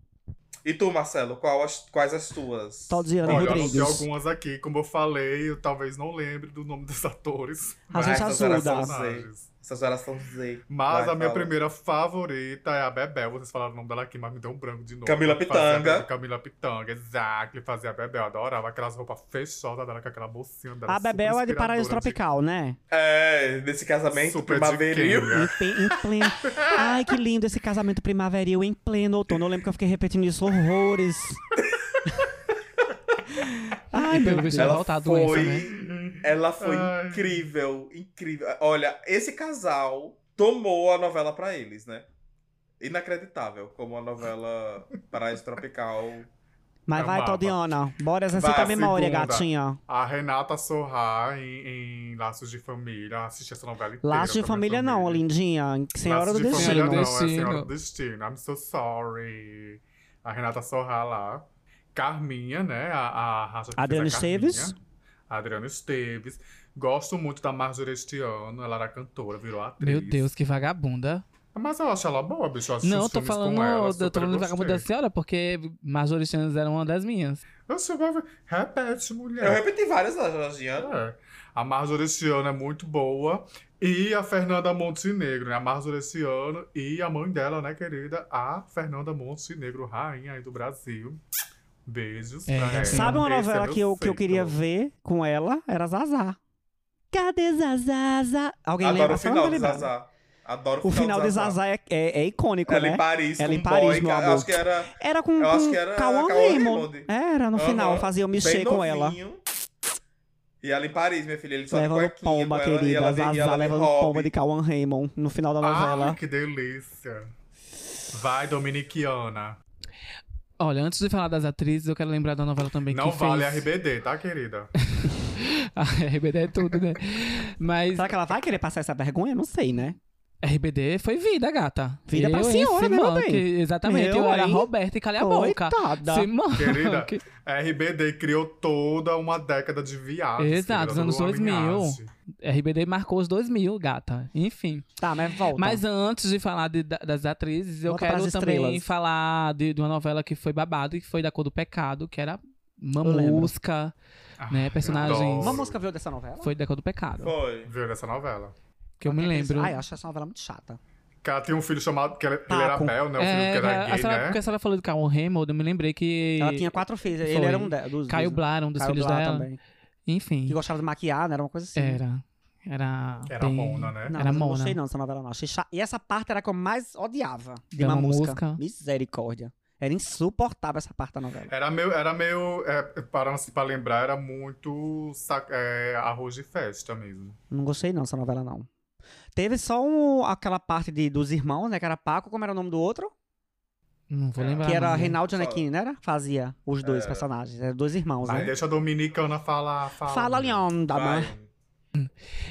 D: E tu, Marcelo, qual as- quais as tuas?
B: Taudiana
A: Olha, eu anotei
B: Rodrigues.
A: algumas aqui, como eu falei, eu talvez não lembre do nome dos atores.
B: A
A: mas
B: gente
A: essas
B: ajuda.
A: eram as personagens.
D: Essa geração Z.
A: Mas
D: assim. Vai,
A: a minha
D: fala.
A: primeira favorita é a Bebel. Vocês falaram o nome dela aqui, mas me deu um branco de novo.
D: Camila
A: Fazia a
D: Pitanga.
A: Bebel, Camila Pitanga, exato. que Fazia a Bebel. Adorava aquelas roupas fechosas dela, com aquela bolsinha dela.
B: A Bebel
A: super
B: é de Paraíso
A: inspiradora assim. de-
B: Tropical, né?
D: É, desse casamento
A: Super de
D: primaveril.
A: Kenga.
B: Em, pe- em pleno. Ai, que lindo esse casamento primaveril em pleno outono. Eu lembro que eu fiquei repetindo isso horrores. Ai,
C: E
B: meu
C: pelo
B: Deus.
C: visto ela voltar a doença, né?
D: Ela foi
A: Ai.
D: incrível, incrível. Olha, esse casal tomou a novela pra eles, né? Inacreditável como a novela Paraíso Tropical.
B: Mas
A: É
B: vai,
A: uma-
B: Todiana. Bora exercitar
D: Vai,
B: a memória,
A: segunda.
B: gatinha.
A: A Renata Sorrá em, em Laços de Família. Assisti essa novela inteira.
B: Laço de
A: com a minha
B: família não, lindinha. Senhora
A: Laços
B: do
A: de
B: destino.
A: Família não, é
C: Destino.
A: Senhora do Destino. I'm so sorry. A Renata Sorrá lá. Carminha, né? A, a raça que fez a
B: Adriana
A: Carminha.
B: Esteves.
A: Adriana Esteves. Gosto muito da Marjorie este ano. Ela era cantora, virou atriz.
C: Meu Deus, que vagabunda.
A: Mas eu acho ela boa, bicho. Eu assisti
C: não,
A: os
C: tô
A: filmes com
C: falando,
A: ela,
C: eu
A: super
C: tô falando de vagabunda da
A: gostei.
C: senhora, porque Majoristianas era uma das minhas.
A: Eu chegava... Repete, mulher.
D: Eu repeti várias da Georgiana.
A: É. A Marjorie esse ano é muito boa. E a Fernanda Montenegro, né? A Marjorie esse ano e a mãe dela, né, querida? A Fernanda Montenegro, rainha aí do Brasil. Beijos.
C: É,
A: pra ela.
B: Sabe uma
A: Esse é
B: novela
A: meu
B: que eu, que eu
A: feito.
B: queria ver com ela? Era Zazá. Cadê Zazá? Zá? Alguém
D: Adoro
B: lembra?
D: o
B: Só não
D: final
B: tô
D: de
B: lembrando.
D: Zazá. Adoro
B: O final de Zazá é, é- é icônico,
D: Ela
B: né?
D: em Paris,
B: Ela
D: com
B: em
D: um
B: Paris,
D: boy,
B: meu
D: que-
B: amor.
D: Acho que era
B: Era com,
D: Eu acho
B: com
D: que era
B: Cauã
D: Cauã
B: Raymond.
D: Raymond.
B: Era, no
D: Aham.
B: final. Fazia o mexer
D: bem
B: com ela.
D: novinho. E ela em Paris, minha filha. Ele só
B: Levando
D: de cuequinha
B: pomba,
D: com ela,
B: querida.
D: E ela, de- e
B: Zazá
D: ela de
B: levando
D: hobby. Ah,
B: pomba de Cauã Raymond no final da novela.
A: Ai, que delícia. Vai, Dominiquiana.
C: Olha, antes de falar das atrizes, eu quero lembrar da novela também
A: Não
C: que
A: vale
C: fez...
A: RBD, tá, querida?
C: A RBD é tudo, né? Mas
B: Será que ela vai querer passar essa vergonha? Não sei, né?
C: RBD foi vida, gata.
B: Vida pra
C: eu, hein,
B: senhora, né,
C: Simone?
B: meu bem?
C: Exatamente, eu,
B: Eu,
C: era
B: hein?
C: Roberta e calha a boca.
B: Coitada.
C: Simone.
A: Querida,
C: que-
A: RBD criou toda uma década de viagem.
C: Exato, os anos 2000. RBD marcou os 2000, gata. Enfim.
B: Tá, mas volta.
C: Mas antes de falar de- da- das atrizes, eu
B: Volta
C: quero
B: pras
C: também
B: estrelas.
C: falar de, de uma novela que foi babado, que foi da Cor do Pecado, que era
B: lembro.
C: Mamusca, né? Personagens.
A: adoro.
B: Uma música veio dessa novela?
C: Foi da Cor do Pecado,
D: Foi.
A: Viu dessa novela?
C: que eu me lembro.
B: Ai, eu acho essa novela muito chata.
A: Que ela tem um filho chamado. Que ele que ele era
B: Paco.
A: Bel, né? O filho
C: É,
A: que era
C: a
A: gay,
C: senhora-
A: né?
C: porque a senhora falou de Carl Raymond, eu me lembrei que.
B: Ela tinha quatro filhos. Ele
C: Foi.
B: era um de- dos.
C: Caio
B: dos-
C: Blar, um dos
B: Caio
C: filhos
B: Blá
C: dela.
B: também.
C: Enfim.
B: Que gostava de maquiar, né? Era uma coisa assim.
C: Era. Era.
A: Era
C: bem-
A: Mona, né?
B: Não,
C: Era
B: mas eu não
C: Mona.
B: gostei não dessa novela, não. Achei cha- E essa parte era a que eu mais odiava de
C: Da
B: uma música.
C: Mamusca.
B: Misericórdia. Era insuportável essa parte da novela.
A: Era meio, era meio é, parando assim pra lembrar, era muito sac- é, arroz de festa mesmo.
B: Não gostei não dessa novela, não. Teve só um- aquela parte de, dos irmãos, né? Que era Paco, como era o nome do outro?
C: Não vou lembrar.
B: É. que era
C: não, né?
B: Reinaldo
D: Ah, Fala.
B: Giannettini, né? Era? Fazia os dois
D: É.
B: personagens. Eram dois irmãos,
D: Ah,
A: Mas
B: né?
A: deixa a dominicana falar. Fala,
B: Fala,
D: né?
B: né? Leon, da
D: Vai.
B: mãe.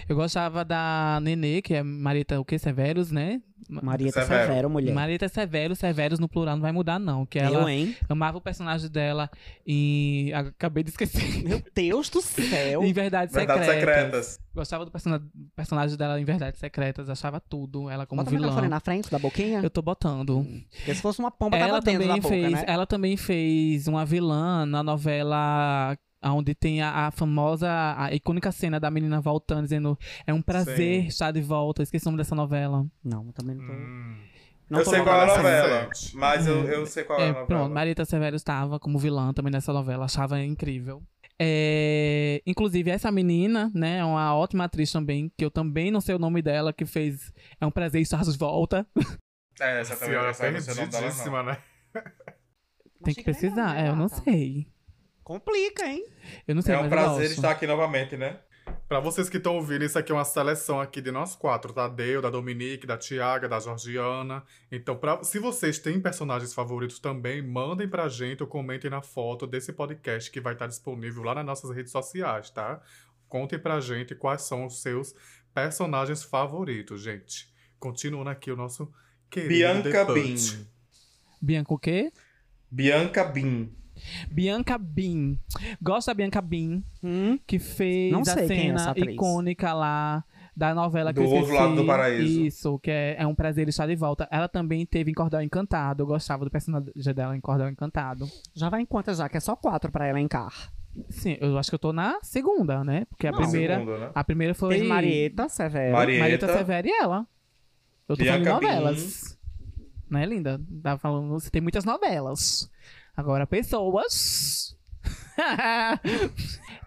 C: Eu gostava da Nenê, que é Marita o quê? Severos, né? Ma-
B: Maria tá
D: é Severo.
B: Severo, mulher.
C: Marita Severo, Severos no plural não vai mudar, não. Que
B: Eu,
C: ela
B: hein?
C: amava o personagem dela em. Acabei de esquecer.
B: Meu Deus do céu.
C: em Verdades
D: Verdades
C: Secretas.
D: secretas.
C: Gostava do persona- personagem dela em Verdades Secretas, achava tudo. Ela como
B: Bota o
C: vilã.
B: microfone na né? Hum. frente da boquinha.
C: Eu tô botando.
B: Porque se fosse uma pomba,
C: ela
B: tava dentro da
C: também
B: boca,
C: fez,
B: né?
C: ela também fez uma vilã na novela onde tem a, a famosa, a icônica cena da menina voltando dizendo é um prazer
D: Sim.
C: estar de volta. Esqueci o nome dessa novela.
B: Não, também não tô...
A: Hum.
B: Não
D: eu
B: tô
D: sei qual é a
B: lembrada dessa,
D: novela,
A: Gente.
D: mas eu, eu sei qual é, a
C: É,
D: novela.
C: pronto, Marita Severo estava como vilã também nessa novela, achava incrível. É, inclusive essa menina, né, é uma ótima atriz também, que eu também não sei o nome dela, que fez é um prazer estar de volta.
D: É,
A: Essa
D: essa também
A: senhora
D: essa eu não sei o nome dela, não.
A: perdidíssima, né?
B: não.
C: Tem
B: Achei
C: que
B: era
C: pesquisar,
B: né,
C: é, eu não
B: gata?
C: sei.
B: Complica, hein?
C: Eu não sei,
D: É um
C: mas eu
D: prazer
C: gosto.
D: estar aqui novamente, né?
A: Pra vocês que estão ouvindo, isso aqui é uma seleção aqui de nós quatro, tá? Da eu, da Dominique, da Tiaga, da Georgiana. Então, pra- se vocês têm personagens favoritos também, mandem pra gente ou comentem na foto desse podcast que vai estar disponível lá nas nossas redes sociais, tá? Contem pra gente quais são os seus personagens favoritos, gente. Continuando aqui o nosso querido
D: Bianca Bin.
A: debate.
C: Bianca o quê?
D: Bianca Bin.
C: Bianca Bin. Gosto da Bianca Bin.
B: Hum.
C: que fez
B: Não
C: a
B: sei quem é essa
C: cena
B: atriz.
C: icônica lá da novela que
D: Do
C: eu
D: Outro
C: esqueci.
D: Lado do Paraíso.
C: Isso, que é, é um prazer estar de volta. Ela também teve em Cordel Encantado. Eu gostava do personagem dela em Cordel Encantado.
B: Já vai em conta já, que é só quatro pra elencar.
C: Sim, eu acho que eu tô na segunda, né? Porque a
B: Não,
C: primeira,
D: Segunda, né?
C: a primeira foi
B: Teve Marieta, Severo.
D: Mari-
C: Marieta
D: Marieta
C: Severo e ela. Eu tô
D: Bianca
C: falando de novelas. Né, linda? Tava falando, você tem muitas novelas. Agora, pessoas.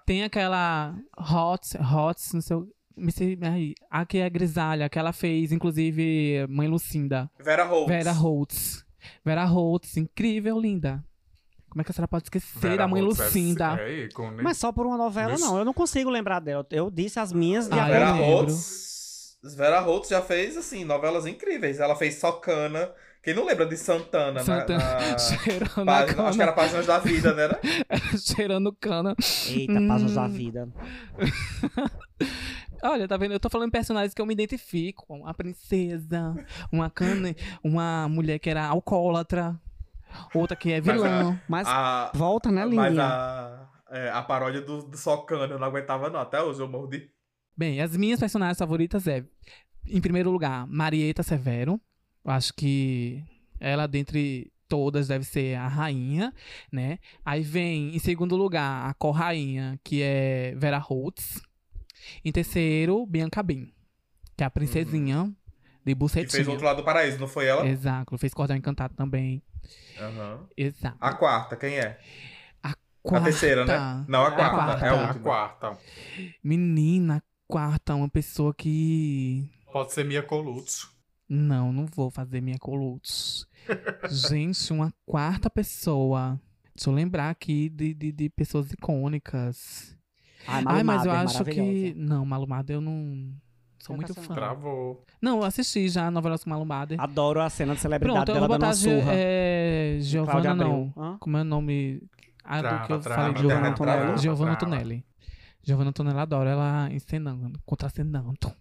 C: tem aquela Hot, Hot, não sei o. me sei- ai, A que é a grisalha, que ela fez, inclusive, Mãe Lucinda.
D: Vera Holtz.
C: Vera Holtz. Vera Holtz, incrível, linda. Como é que a senhora pode esquecer da Mãe
A: Holtz é-
C: Lucinda?
A: É, ícone.
D: Né?
B: Mas só por uma novela,
A: Mas-
D: é?
B: não. Eu não consigo lembrar dela. Eu disse as minhas e
C: Ah,
B: agora.
D: Vera
C: eu lembro.
D: Holtz. Vera Holtz já fez, assim, novelas incríveis. Ela fez Socana. Quem não lembra de Santana? na-
C: Santana.
D: na-
C: Cheirando a
D: página- acho que
C: cana.
D: era Páginas da Vida, né? né?
C: Cheirando cana.
B: Eita,
C: Hum.
B: passos da vida.
C: Olha, tá vendo? Eu tô falando em personagens que eu me identifico. Uma princesa, uma cana, uma mulher que era alcoólatra, outra que é
D: Mas
C: vilã.
B: Mas
D: A,
B: volta, né,
D: Ah, mas
B: Lindinha?
D: a, é, a paródia do, do Socana eu não aguentava, não. Até hoje eu mordi.
C: Bem, as minhas personagens favoritas é, em primeiro lugar, Marieta Severo. Eu acho que ela, dentre todas, deve ser a rainha, né? Aí vem, em segundo lugar, a co-rainha, que é Vera Holtz. Em terceiro, Bianca Bin, que é a princesinha de
D: Uhum. Que fez o
C: bucetinha.
D: outro lado do paraíso, não foi ela?
C: Exato, fez Cordel Encantado também.
D: Aham.
C: Exato.
D: A quarta, quem é? A
C: Quarta.
D: terceira, né? Não, a
C: É a
D: quarta.
C: quarta.
D: É a
A: A
D: última.
A: quarta.
C: Menina, quarta, uma pessoa que
A: Pode ser Mia Colucci.
C: Não, não vou fazer minha colutos. Gente, uma quarta pessoa. Deixa eu lembrar aqui de, de, de pessoas icônicas.
B: Ai,
C: Ai, mas
B: Malumada
C: eu
B: é
C: acho que.
B: maravilhosa.
C: Não, Malumada eu não. Sou
B: Nunca
C: muito
B: sou.
C: fã.
A: Travou.
C: Não, eu assisti já a novela com Malumada.
B: Adoro a cena de celebridade
C: Pronto, eu
B: dela
C: vou
B: dando uma
C: botar Ge
B: surra.
C: é,
B: Cláudia
C: Giovanna,
B: Abreu.
C: não.
B: Hã?
C: Como é o nome? Ah, do
A: Trava,
C: que eu
A: trava,
C: falei de Giovanna
D: trava,
C: Antonelli.
D: trava,
C: Giovanna
A: trava.
C: Antonelli. Giovanna Antonelli adora ela encenando, contracenando.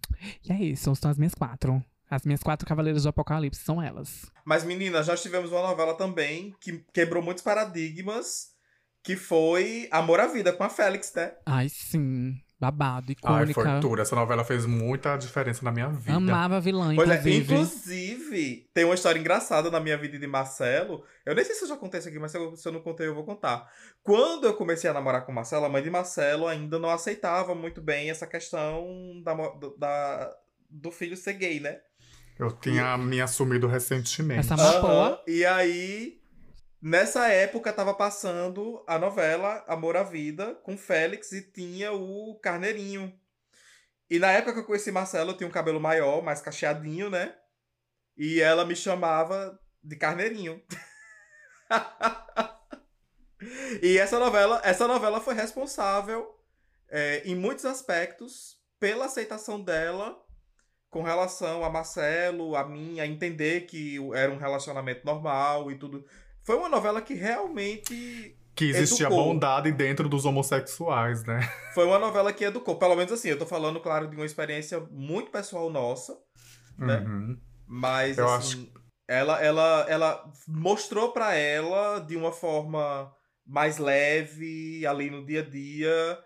C: E é isso, são as minhas quatro. As minhas quatro Cavaleiras do Apocalipse são elas.
D: Mas, meninas, nós tivemos uma novela também que quebrou muitos paradigmas, que foi Amor à Vida com a Félix, né?
C: Ai, sim. Babado,
A: Ai,
C: icônica.
A: fortuna. Essa novela fez muita diferença na minha vida.
C: Amava a vilã,
D: Pois é,
C: inclusive.
D: inclusive, tem uma história engraçada na minha vida e de Marcelo. Eu nem sei se eu já contei isso aqui, mas se eu, se eu não contei, eu vou contar. Quando eu comecei a namorar com Marcelo, a mãe de Marcelo ainda não aceitava muito bem essa questão da, mo- do- da- do filho ser gay, né?
A: Eu tinha me assumido recentemente.
C: Essa
D: Aham,
C: Amapoa.
D: E aí, nessa época, tava passando a novela Amor à Vida com Félix e tinha o Carneirinho. E na época que eu conheci Marcelo, eu tinha um cabelo maior, mais cacheadinho, né? E ela me chamava de Carneirinho. e essa novela, essa novela foi responsável é, em muitos aspectos pela aceitação dela com relação a Marcelo, a mim, a entender que era um relacionamento normal e tudo. Foi uma novela que realmente.
A: Que existia
D: Educou.
A: bondade dentro dos homossexuais, né?
D: Foi uma novela que educou. Pelo menos assim, eu tô falando, claro, de uma experiência muito pessoal nossa. Né?
A: Uhum.
D: Mas
A: Eu
D: assim, ela, ela, ela mostrou pra ela de uma forma mais leve, ali no dia a dia,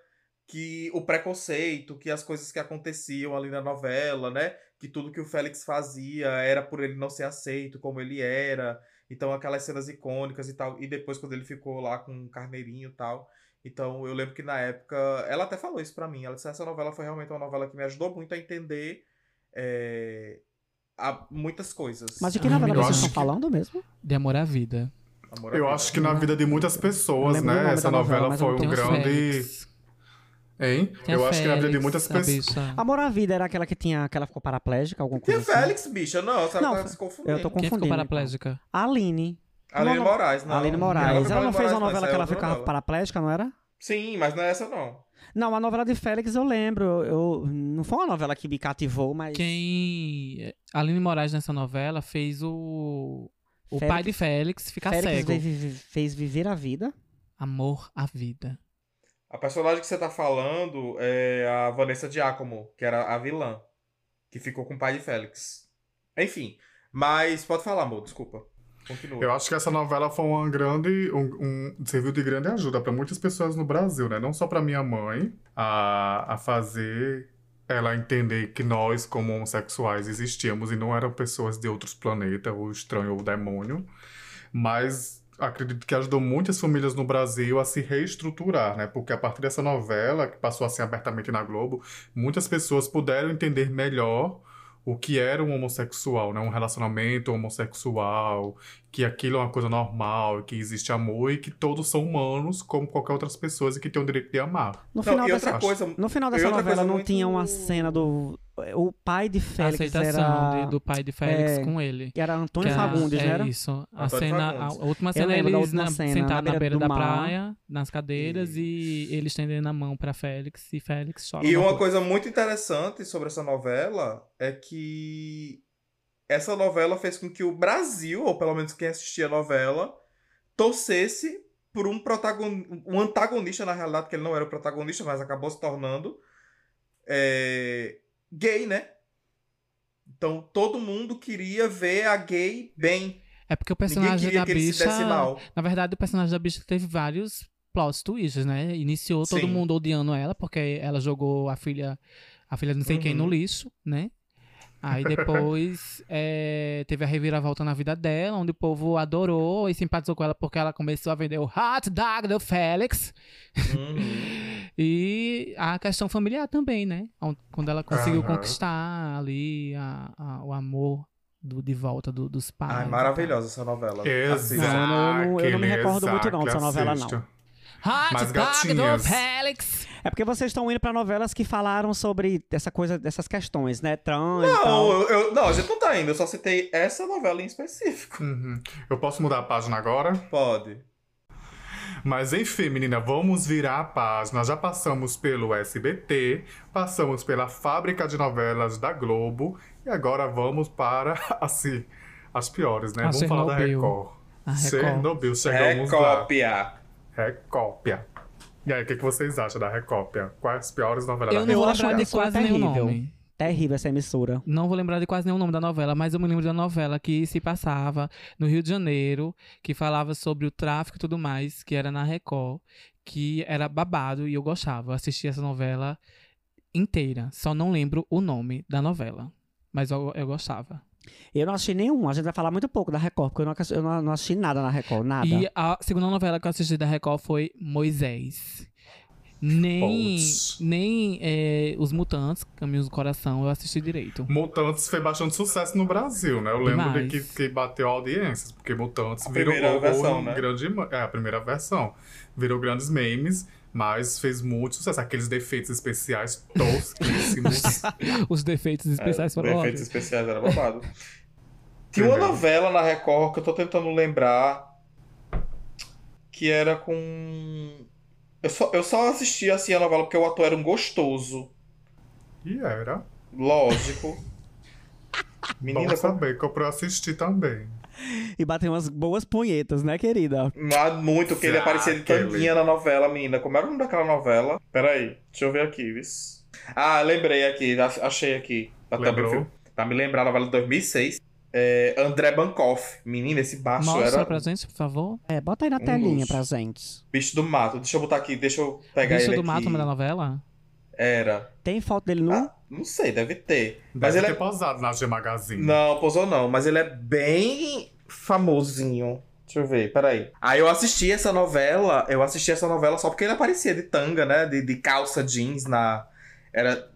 D: que o preconceito, que as coisas que aconteciam ali na novela, né? Que tudo que o Félix fazia era por ele não ser aceito como ele era. Então, aquelas cenas icônicas e tal. E depois, quando ele ficou lá com o carneirinho e tal. Então, eu lembro que na época. Ela até falou isso pra mim. Ela disse: "Ah, essa novela foi realmente uma novela que me ajudou muito a entender. é, a- muitas coisas.
B: Mas de que
C: Ah,
B: novela
C: eu
B: vocês
A: acho
B: estão
A: que-
B: falando mesmo?
C: De Amor à Vida.
D: Amor à
A: Eu
D: Vida.
A: acho que na vida de muitas pessoas,
B: Uhum. lembro do nome
A: né? Essa
B: da
A: novela
B: novela, mas eu
A: foi
B: não
A: um
C: Tem
B: tenho
C: o
A: grande.
C: Félix.
A: Hein?
C: Tem a
A: Eu acho que na vida de
C: Félix,
A: muitas
C: a
A: pessoas.
C: bicha.
B: Amor à Vida era aquela que tinha, que ela ficou paraplégica, alguma
D: Que
B: coisa
D: é
B: assim?
D: Félix, bicha? Não, você
B: Não,
D: tá se confundindo.
B: Eu tô
C: Quem ficou
B: confundindo.
C: paraplégica?
B: A Aline.
D: Aline
B: Não, não.
D: Moraes, não.
B: Aline Moraes.
D: foi
B: Ela não
D: Aline
B: fez uma
D: Moraes,
B: novela
D: essa
B: que
D: é
B: ela
D: outra
B: ficava
D: novela.
B: paraplégica, não era?
D: Sim, mas não é essa, não.
B: Não, a novela de Félix eu lembro. Eu, não foi uma novela que me cativou, mas.
C: Quem. Aline Moraes nessa novela fez o. O pai de Félix ficar
B: Félix
C: cego.
B: ve- vi- vi- fez viver a vida.
C: Amor à vida.
D: A personagem que você tá falando é a Vanessa Giacomo, que era a vilã, que ficou com o pai de Félix. Enfim, mas pode falar, amor, desculpa. Continua.
A: Eu acho que essa novela foi uma grande, um, um- serviu de grande ajuda para muitas pessoas no Brasil, né? Não só para minha mãe a, a fazer ela entender que nós como homossexuais existíamos e não eram pessoas de outros planetas, ou estranho ou demônio, mas acredito que ajudou muitas famílias no Brasil a se reestruturar, né? Porque a partir dessa novela que passou assim abertamente na Globo, muitas pessoas puderam entender melhor o que era um homossexual, né? Um relacionamento homossexual, que aquilo é uma coisa normal, que existe amor e que todos são humanos, como qualquer outras pessoas e que têm o direito de amar.
B: No
D: Não,
B: final
D: e
B: dessa,
D: outra coisa,
B: no final
D: e
B: dessa
D: outra
B: novela
D: coisa
B: não
D: muito-
B: tinha uma cena do, o pai de
C: A
B: Félix
C: aceitação
B: era...
C: de- do pai de Félix
B: é,
C: com ele.
B: que era Antônio
C: Que a-
B: Fagundes,
C: é
B: né? era?
C: isso. A,
D: Antônio
C: cena, a
D: Fagundes.
C: última cena
B: lembro da
C: eles
B: última
C: na-
B: cena,
C: sentados
B: na beira
C: na beira
B: do
C: da
B: mar.
C: praia, nas cadeiras, e ele estendendo a mão pra Félix, e Félix chora.
D: E
C: na
D: uma
C: rua.
D: coisa muito interessante sobre essa novela é que essa novela fez com que o Brasil, ou pelo menos quem assistia a novela, torcesse por um protagonista, um antagonista, na realidade, que ele não era o protagonista, mas acabou se tornando é, gay, né? Então todo mundo queria ver a gay bem.
C: É porque o
D: Ninguém
C: personagem
D: queria
C: da
D: que ele se desse
C: bicha.
D: mal.
C: Na verdade, o personagem da bicha teve vários plot twists, né? Iniciou todo
D: Sim.
C: mundo odiando ela, porque ela jogou a filha, a filha de não sei quem no
D: Uhum.
C: lixo, né? Aí depois eh, teve a reviravolta na vida dela, onde o povo adorou e simpatizou com ela porque ela começou a vender o hot dog do Félix.
D: Uhum.
C: E a questão familiar também, né? On- Quando ela conseguiu
A: Aham.
C: conquistar ali a- a- o amor do- de volta do- dos pais.
D: Ai, maravilhosa essa novela.
A: Exato.
D: Assista.
B: eu não- eu não me recordo muito não dessa
A: exato,
B: novela,
A: assista.
C: Hot
A: Mas
C: dog do
A: gatinhas.
C: Félix!
B: É porque vocês estão indo pra novelas que falaram sobre essa coisa, dessas questões, né? Trans e
D: Não,
B: tal.
D: eu, eu- não, a gente não tá ainda. Eu só citei essa novela em específico.
A: Uhum. Eu posso mudar a página agora?
B: Hum.
D: Pode.
A: Mas enfim, menina, vamos virar a página. Já passamos pelo SBT, passamos pela fábrica de novelas da Globo e agora vamos para, assim, as piores, né?
C: A
A: vamos falar da
C: Chernobyl.
A: Record.
C: A Ah, Record.
A: Chernobyl,
B: é um
A: chegamos lá.
D: Recópia.
A: Recópia. E aí, o que, que vocês acham da Recópia? Quais as piores novelas
C: Eu
A: da
C: não
B: Eu
C: vou
B: acho
C: lembrar
B: ela
C: de
B: só
C: quase nenhum
B: terrível.
C: nome.
B: Terrível essa emissora.
C: Não vou lembrar de quase nenhum nome da novela, mas eu me lembro da novela que se passava no Rio de Janeiro, que falava sobre o tráfico e tudo mais, que era na Record, que era babado e eu gostava. Eu assisti essa novela inteira. Só não lembro o nome da novela. Mas eu, eu gostava.
B: Eu não assisti nenhum. A gente vai falar muito pouco da Record, porque eu não, acas- eu não- não assisti nada na Record, nada.
C: E a segunda novela que eu assisti da Record foi Moisés. Nem,
A: Putz.
C: nem eh, Os Mutantes, Caminhos do Coração, eu assisti direito.
A: Mutantes foi bastante sucesso no Brasil, né? Eu lembro de que,
C: Demais.
A: que bateu audiências, porque Mutantes
D: A
A: virou
D: primeira
A: um
D: versão, né?
A: grande. ma- É, a primeira versão. Virou grandes memes, mas fez muito sucesso. Aqueles defeitos especiais tosquíssimos.
C: Os defeitos
D: É,
C: especiais foram ótimos.
D: Efeitos especiais era babado. Tinha uma
A: Entendeu?
D: novela na Record que eu tô tentando lembrar. Que era com. Eu só, eu só assisti assim a novela porque o ator era um gostoso.
A: e era.
D: Lógico.
A: Bom
D: Menina, como...
A: saber que eu pra assistir também.
B: E bateu umas boas punhetas, né, querida?
D: Ah, muito que ele
A: Ah,
D: aparecia de
A: aquele.
D: tanguinha na novela, menina. Como era o nome daquela novela? Peraí, deixa eu ver aqui, vis. Ah, lembrei aqui, ach- achei aqui. Tá também
A: Lembrou?
D: filme. Pra me lembrar, a novela de 2006. É, André Bankoff. Menina, esse baixo
C: Mostra
D: era
C: pra gente, por favor.
B: É, bota aí na
D: Um
B: telinha
D: luxo.
B: pra gente.
D: bicho do mato. Deixa eu botar aqui, deixa eu pegar
C: Bicho
D: ele
C: do
D: aqui.
C: Mato, o nome da novela?
D: Era.
B: Tem foto dele nu?
D: Ah, não sei, deve ter.
A: Deve
D: Mas
A: ter
D: ele é...
A: pausado na G Magazine.
D: Não, posou não. Mas ele é bem famosinho. Deixa eu ver, peraí. Aí eu assisti essa novela, eu assisti essa novela só porque ele aparecia de tanga, né? De, de calça jeans na... Era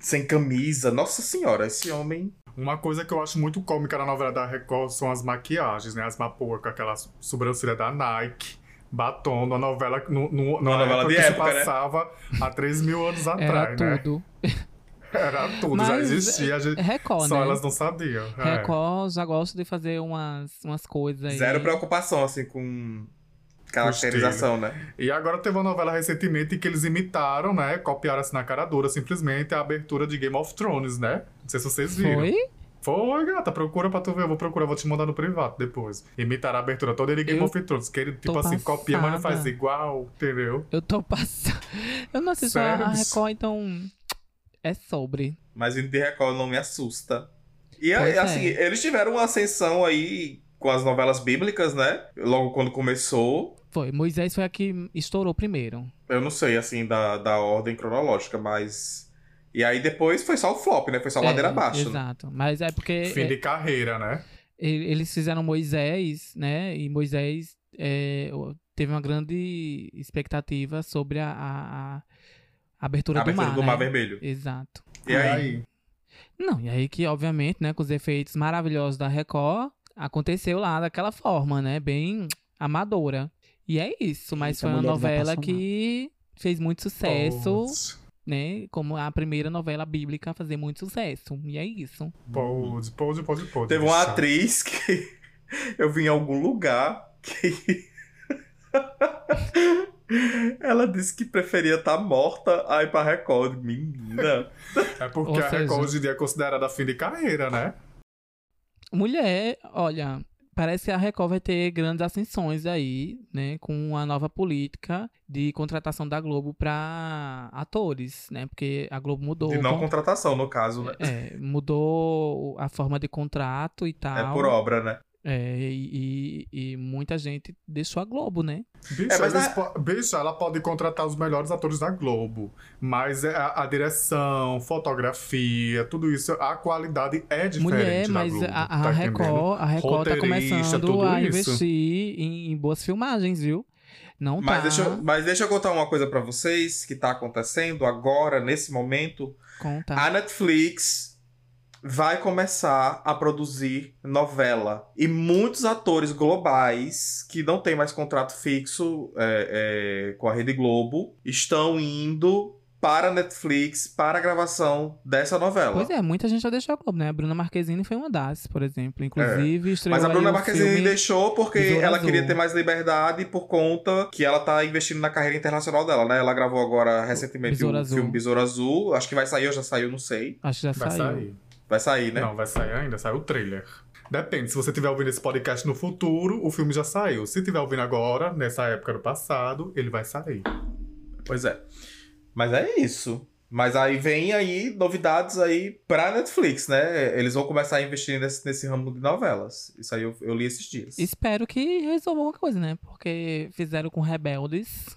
D: sem camisa. Nossa senhora, esse homem...
A: Uma coisa que eu acho muito cômica na novela da Record são as maquiagens, né? As mapuas com aquela su- sobrancelha da Nike, batom, na novela, no, no,
D: Uma
A: na
D: novela
A: época
D: de
A: que se
D: época, né?
A: passava há 3 mil anos
C: Era
A: atrás, né?
C: tudo.
A: Era tudo, já
C: Mas,
A: existia, a gente-
C: Record,
A: só
C: né?
A: elas não sabiam. é.
C: Record já gosta de fazer umas, umas coisas aí.
D: Zero preocupação, assim, com... Caracterização, né?
A: E agora teve uma novela recentemente que eles imitaram, né? Copiaram assim na cara dura, simplesmente a abertura de Game of Thrones, né? Não sei se vocês viram.
C: Foi?
A: Foi, gata, procura pra tu ver. Eu vou procurar, vou te mandar no privado depois. Imitar a abertura toda de Game
C: Eu
A: of Thrones. Que ele, tipo
C: tô
A: assim, copia, mas não
C: passada.
A: faz igual, entendeu?
C: Eu tô passando. Eu não assisto a- a
A: Sério?
C: Record, então. É sobre.
D: Mas o de Record não me assusta. E a-
C: Pois é.
D: assim, eles tiveram uma ascensão aí com as novelas bíblicas, né? Logo quando começou.
C: Foi. Moisés foi a que estourou primeiro.
D: Eu não sei, assim, da, da ordem cronológica, mas. E aí depois foi só o flop, né? Foi só a ladeira
C: É,
D: abaixo. né?
C: Exato. Mas é porque.
A: Fim de carreira, né?
C: ele- eles fizeram Moisés, né? E Moisés é, o- teve uma grande expectativa sobre a, a- a abertura,
D: A abertura
C: do mar. né?
D: Vermelho.
C: Exato.
D: E aí?
C: Não, e aí que, obviamente, né, com os efeitos maravilhosos da Record, aconteceu lá daquela forma, né? Bem amadora. E é isso, mas
B: Eita,
C: foi uma
B: mulheres
C: novela que fez muito sucesso.
A: Putz.
C: né? Como a primeira novela bíblica a fazer muito sucesso. E é isso.
A: Pose, pose, pose, pose.
D: Teve uma
A: Deixa.
D: atriz que eu vi em algum lugar que. Ela disse que preferia estar morta a ir pra Record. Menina.
A: É porque
C: Ou
A: a Record
C: seja-
A: hoje em dia é considerada fim de carreira, né?
C: Mulher, olha, parece que a Record vai ter grandes ascensões aí, né? Com a nova política de contratação da Globo pra atores, né? Porque a Globo mudou.
D: De
C: o
D: não
C: con-
D: contratação, no caso, né?
C: é, mudou a forma de contrato e tal.
D: É por obra, né?
C: É, e, e- e muita gente deixou a Globo, né?
A: Bicho,
D: É, mas
A: eles
D: na-
A: po- bicho, ela pode contratar os melhores atores da Globo, mas é a, a direção, fotografia, tudo isso, a qualidade é diferente
C: Mulher,
A: da
C: mas
A: Globo,
C: a, a
A: tá entendendo?
C: Record, a Record tá
A: Roteirista,
C: começando
A: tudo
C: a
A: isso.
C: investir em, em boas filmagens, viu? Não
D: Mas,
C: tá.
D: deixa eu, mas deixa eu contar uma coisa pra vocês que tá acontecendo agora, nesse momento.
C: Conta.
D: A Netflix vai começar a produzir novela. E muitos atores globais que não têm mais contrato fixo é, é, com a Rede Globo estão indo para a Netflix para a gravação dessa novela.
C: Pois é, muita gente já deixou a Globo, né? A Bruna Marquezine foi uma das, por exemplo. Inclusive, estreou
D: É. Mas a
C: aí
D: Bruna
C: um
D: Marquezine
C: filme-
D: deixou porque
C: Besouro
D: ela
C: Azul.
D: queria ter mais liberdade por conta que ela tá investindo na carreira internacional dela, né? Ela gravou agora recentemente o
C: Besouro Azul.
D: filme Besouro Azul. Acho que vai sair ou já saiu, não sei.
C: Acho que já
A: Vai
C: saiu.
A: sair.
D: Vai sair, né?
A: Não, vai sair ainda, saiu o trailer. Depende, se você tiver ouvindo esse podcast no futuro, o filme já saiu. Se tiver ouvindo agora, nessa época do passado, ele vai sair.
D: Pois é. Mas é isso. Mas aí vem aí novidades aí pra Netflix, né? Eles vão começar a investir nesse, nesse ramo de novelas. Isso aí eu, eu li esses dias.
C: Espero que resolva alguma coisa, né? Porque fizeram com Rebeldes.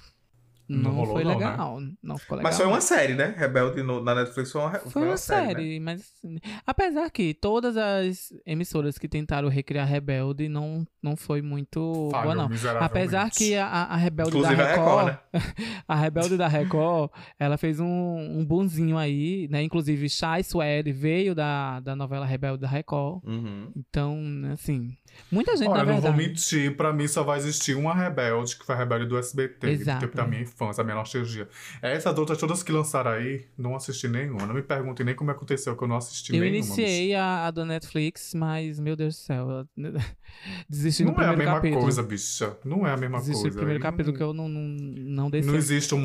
A: Não
C: Não,
A: rolou
C: foi
A: não, né?
C: legal. Não ficou é legal.
D: Mas foi
C: não.
D: uma série, né? Rebelde no- na Netflix foi uma,
C: Foi uma série,
D: né?
C: mas assim, apesar que todas as emissoras que tentaram recriar Rebelde não, não foi muito boa, não. Apesar que é a, a Rebelde
D: Inclusive
C: da
D: a Record,
C: Record,
D: né?
C: a Rebelde da Record, ela fez um, um bonzinho aí, né? Inclusive, Shai Suede veio da, da novela Rebelde da Record.
D: Uhum.
C: Então, assim, muita gente,
A: Olha,
C: na
A: eu não vou
C: verdade...
A: mentir, pra mim só vai existir uma rebelde, que foi a rebelde do SBT,
C: Exato.
A: tipo da minha infância, da minha nostalgia. Essas outras todas que lançaram aí, não assisti nenhuma. Não me perguntem nem como aconteceu que eu não assisti
C: Eu
A: nenhuma. bicho.
C: iniciei a, a da Netflix, mas, meu Deus do céu, eu desisti no
A: Não é a
C: primeiro
A: mesma
C: capítulo.
A: coisa, bicha. Não é a mesma
C: Desisti
A: coisa.
C: no primeiro
A: Aí
C: capítulo que
A: não-
C: eu não, não, não dei
A: Não
C: certo.
A: existe um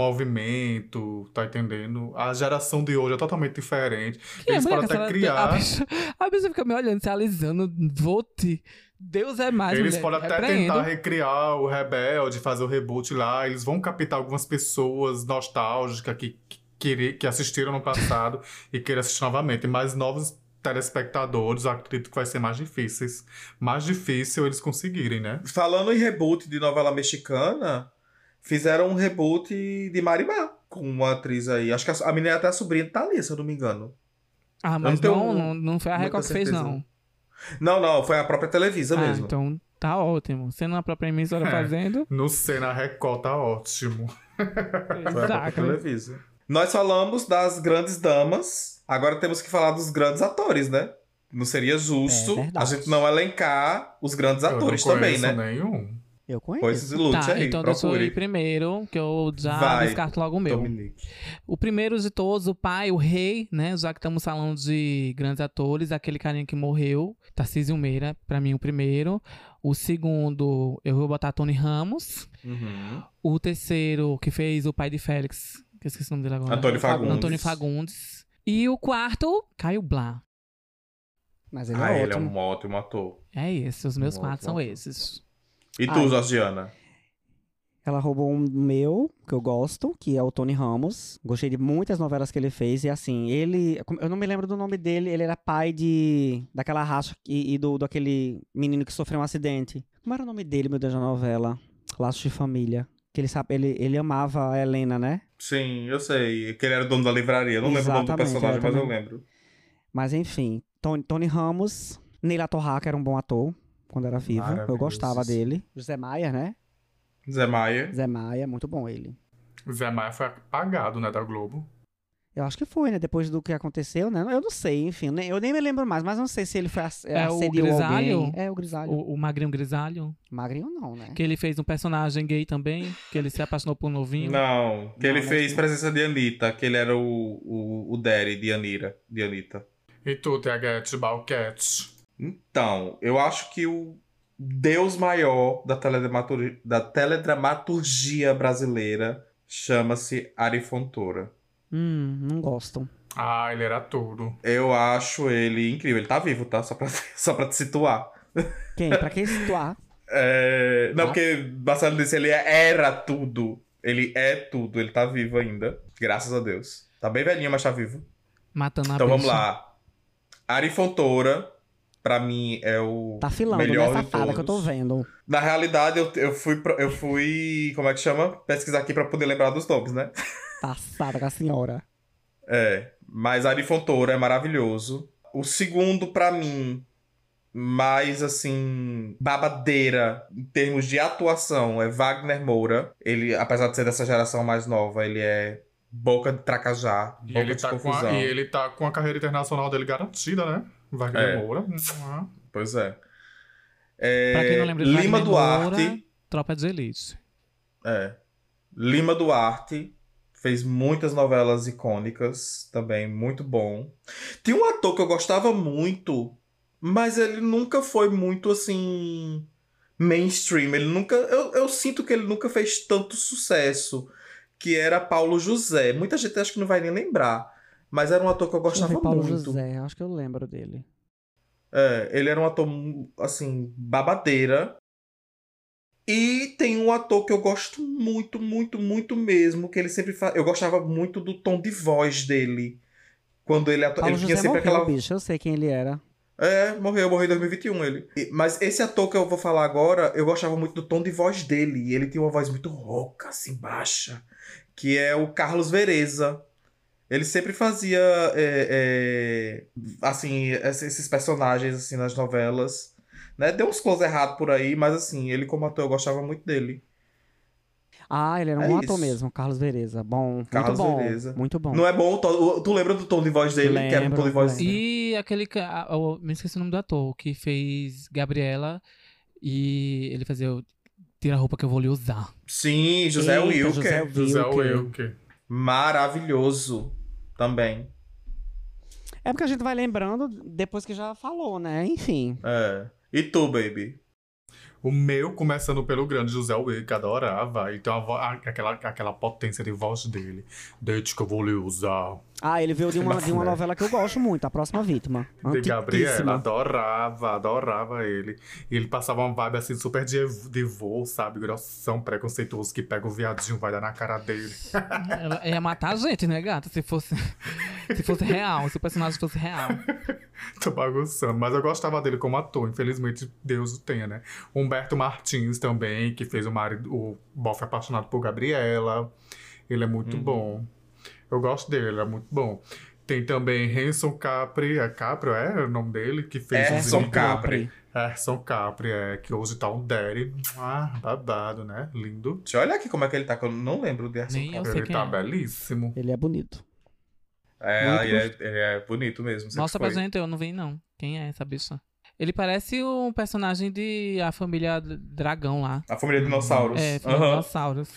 A: movimento, tá entendendo? A geração de hoje é totalmente diferente.
C: Que é,
A: Eles
C: mulher,
A: podem até
C: ela-
A: criar-
C: A bicha, a bicha fica me olhando, se alisando. Vote. Deus é mais.
A: eles
C: mulher.
A: podem até
C: Repreendo.
A: tentar recriar o Rebelde, fazer o reboot lá. Eles vão captar algumas pessoas nostálgicas que, que, querer- que assistiram no passado e queiram assistir novamente. Mas novos telespectadores, eu acredito que vai ser mais difíceis. Mais difícil eles conseguirem, né?
D: Falando em reboot de novela mexicana, fizeram um reboot de Marimar com uma atriz aí. Acho que a, a menina é até a sobrinha de Thalia, se eu não me engano.
C: Ah, mas
D: tenho
C: não, não, não foi a
D: muita
C: Record que fez,
D: então, certeza.
C: não.
D: Não, não, foi a própria Televisa
C: Ah,
D: mesmo.
C: então tá ótimo. Sendo a própria emissora
A: É.
C: fazendo.
A: No Cena Record tá ótimo.
D: Foi a própria
C: Exato.
D: Televisa. Nós falamos das grandes damas, agora temos que falar dos grandes atores, né? Não seria justo
B: É
D: a
B: verdade.
D: gente não elencar os grandes atores
A: eu não
D: também,
A: conheço
D: né?
A: nenhum.
B: Eu
D: Pois
B: conheço.
D: se lute
C: Tá,
D: aí,
C: então deixa eu ir
D: procure.
C: primeiro, que eu já
D: Vai, Então-
C: descarto logo o meu.
D: Dominique.
C: O primeiro de todos, o pai, o rei, né? Já que estamos falando de grandes atores, aquele carinha que morreu, Tarcísio Meira, pra mim o primeiro. O segundo, eu vou botar Tony Ramos.
D: Uhum.
C: O terceiro, que fez o pai de Félix, que eu esqueci o nome dele agora.
D: Antônio Fagundes.
C: Antônio Fagundes. E o quarto, Caio Blá.
B: Mas ele
D: ah,
B: é
D: ele é
B: ótimo.
D: um ótimo ator.
C: É esse, os meus
D: Bom,
C: quatro são
D: bom.
C: esses.
D: E tu,
B: Ah.
D: Georgiana?
B: Ela roubou um meu, que eu gosto, que é o Tony Ramos. Gostei de muitas novelas que ele fez. E assim, ele. Eu não me lembro do nome dele, ele era pai de. daquela racha e, e do, do aquele menino que sofreu um acidente. Como era o nome dele, meu Deus, da novela? Laços de Família. Que ele sabe, ele, ele amava a Helena, né?
D: Sim, eu sei. Que ele era dono da livraria. Eu Não lembro o nome do
B: Exatamente,
D: personagem,
B: é,
D: mas eu
B: também.
D: lembro.
B: Mas enfim, Tony, Tony Ramos, Neila Torraca era um bom ator quando era vivo. Eu
A: Maravilhoso.
B: gostava dele. José Maia, né?
D: Zé Maia.
B: Zé Maia, muito bom ele.
A: Zé Maia foi apagado, né, da Globo.
B: Eu acho que foi, né? Depois do que aconteceu, né? Eu não sei, enfim. nem- Eu nem me lembro mais, mas não sei se ele foi ass-
C: É o
B: assediou alguém.
C: Grisalho?
B: É o grisalho.
C: O, o Magrinho Grisalho,
B: Magrinho não, né?
C: que ele fez um personagem gay também, que ele se apaixonou por um novinho.
D: Não, que
B: Não,
D: ele
B: mas
D: fez
B: não.
D: presença de Anitta, que ele era o, o, o Daddy de, Anira, de Anitta.
A: E tu, Tiaguete, Balquete?
D: Então, eu acho que o deus maior da, teledramatur- da teledramaturgia brasileira chama-se Ari Fontoura.
B: Hum, não gosto.
A: Ah, ele era tudo.
D: Eu acho ele incrível. Ele tá vivo, tá? Só pra, só pra te situar.
B: Quem? Pra que situar?
D: É,
B: Tá.
D: Não, porque Marcelo disse ele é, era tudo. Ele é tudo. Ele tá vivo ainda. Graças a Deus. Tá bem velhinho, mas tá vivo.
C: Matando
B: Tá
C: a
D: então vamos
C: bicha.
D: lá. Ari Fontoura, pra mim, é o.
B: Tá filando,
D: Melhor
B: né?
D: de
B: Safada que eu tô
D: todos.
B: vendo.
D: Na realidade, eu, eu fui. pro- Eu fui. Como é que chama? Pesquisar aqui pra poder lembrar dos nomes, né?
B: Passada Tá com a senhora.
D: É. Mas Ari Fontoura é maravilhoso. O segundo, pra mim, mais assim. Babadeira em termos de atuação é Wagner Moura. Ele, apesar de ser dessa geração mais nova, ele é boca de tracajá,
A: E
D: boca
A: ele,
D: de
A: tá com
D: confusão.
A: a, e ele tá com a carreira internacional dele garantida, né? Wagner
D: É.
A: Moura.
D: Pois é. É,
C: Pra quem não lembra,
D: Lima
C: Wagner
D: Duarte.
C: Moura, Tropa de Elite.
D: É. Lima Duarte fez muitas novelas icônicas também, muito bom. Tem um ator que eu gostava muito, mas ele nunca foi muito assim mainstream. Ele nunca, eu, eu sinto que ele nunca fez tanto sucesso, que era Paulo José. Muita gente acho que não vai nem lembrar, mas era um ator que eu
B: Deixa eu
D: gostava
B: ver Paulo
D: muito.
B: José, acho que eu lembro dele.
D: É, ele era um ator, mu- assim, babadeira. E tem um ator que eu gosto muito, muito, muito mesmo, que ele sempre faz. Eu gostava muito do tom de voz dele. Quando ele atu...
B: Paulo
D: Ele tinha
B: José
D: sempre
B: morreu,
D: aquela.
B: bicho, eu sei quem ele era.
D: É, morreu, morreu em 2021 ele. E- Mas esse ator que eu vou falar agora, eu gostava muito do tom de voz dele. E Ele tem uma voz muito rouca, assim, baixa. Que é o Carlos Vereza. Ele sempre fazia, é, é, assim, ess- esses personagens, assim, nas novelas. Né? Deu uns close errado por aí, mas, assim, ele como ator, eu gostava muito dele.
B: Ah, ele era um
D: É
B: bom ator
D: isso.
B: mesmo, Carlos Vereza. Bom,
D: Carlos
B: muito bom.
D: Vereza.
B: Muito bom.
D: Não é bom o tom- o- Tu lembra do tom de voz dele? que era um
B: Lembro,
D: tom de voz...
B: lembro.
C: E aquele. ca- ah, eu Me esqueci o nome do ator, que fez Gabriela e ele fazia. o Tira a roupa que eu vou lhe usar.
D: Sim, José
B: Eita,
D: Wilker.
B: José Wilker.
A: José Wilke.
D: Maravilhoso também.
B: É porque a gente vai lembrando depois que já falou, né? Enfim.
D: É. E tu, baby?
A: O meu, começando pelo grande José Wilke, adorava. Ele tem uma vo- a- aquela, aquela potência de voz dele. Deite que eu vou lhe usar.
B: Ah, ele veio de uma, de uma
A: Bafo, né?
B: novela que eu gosto muito, A Próxima Vítima.
A: De Gabriela,
B: Ah, Antiquíssima.
A: adorava, adorava ele. E ele passava uma vibe assim, super de, de vô, sabe? Grossão, preconceituoso, que pega o viadinho, vai dar na cara dele.
C: Ela ia matar a gente, né, gata? Se fosse. Se fosse real, se o personagem fosse real.
A: Tô bagunçando, mas eu gostava dele como ator, infelizmente Deus o tenha, né? Humberto Martins também, que fez o marido, o Boff apaixonado por Gabriela. Ele é
D: Uhum.
A: muito bom. Eu gosto dele, ele é muito bom. Tem também Hanson Capri, é Caprio, é o nome dele, que fez os
D: Erson
A: imigrantes.
D: Capri.
A: Erson Capri, é, que hoje tá um Derry. Ah, babado, né? Lindo.
D: Deixa eu olhar aqui como é que ele tá, que eu não lembro de Erson
C: Nem
D: Capri.
C: eu sei
A: Ele
C: quem
A: tá
C: é.
A: belíssimo.
B: Ele é bonito.
D: É,
B: Muito
D: ele é, ele é bonito mesmo. sempre
C: Mostra pra
D: foi.
C: gente, eu não vi, não. Quem é essa bicha? Ele parece um personagem de A Família Dragão lá.
D: A família de dinossauros.
C: É, Família
D: Aham.
C: Dinossauros.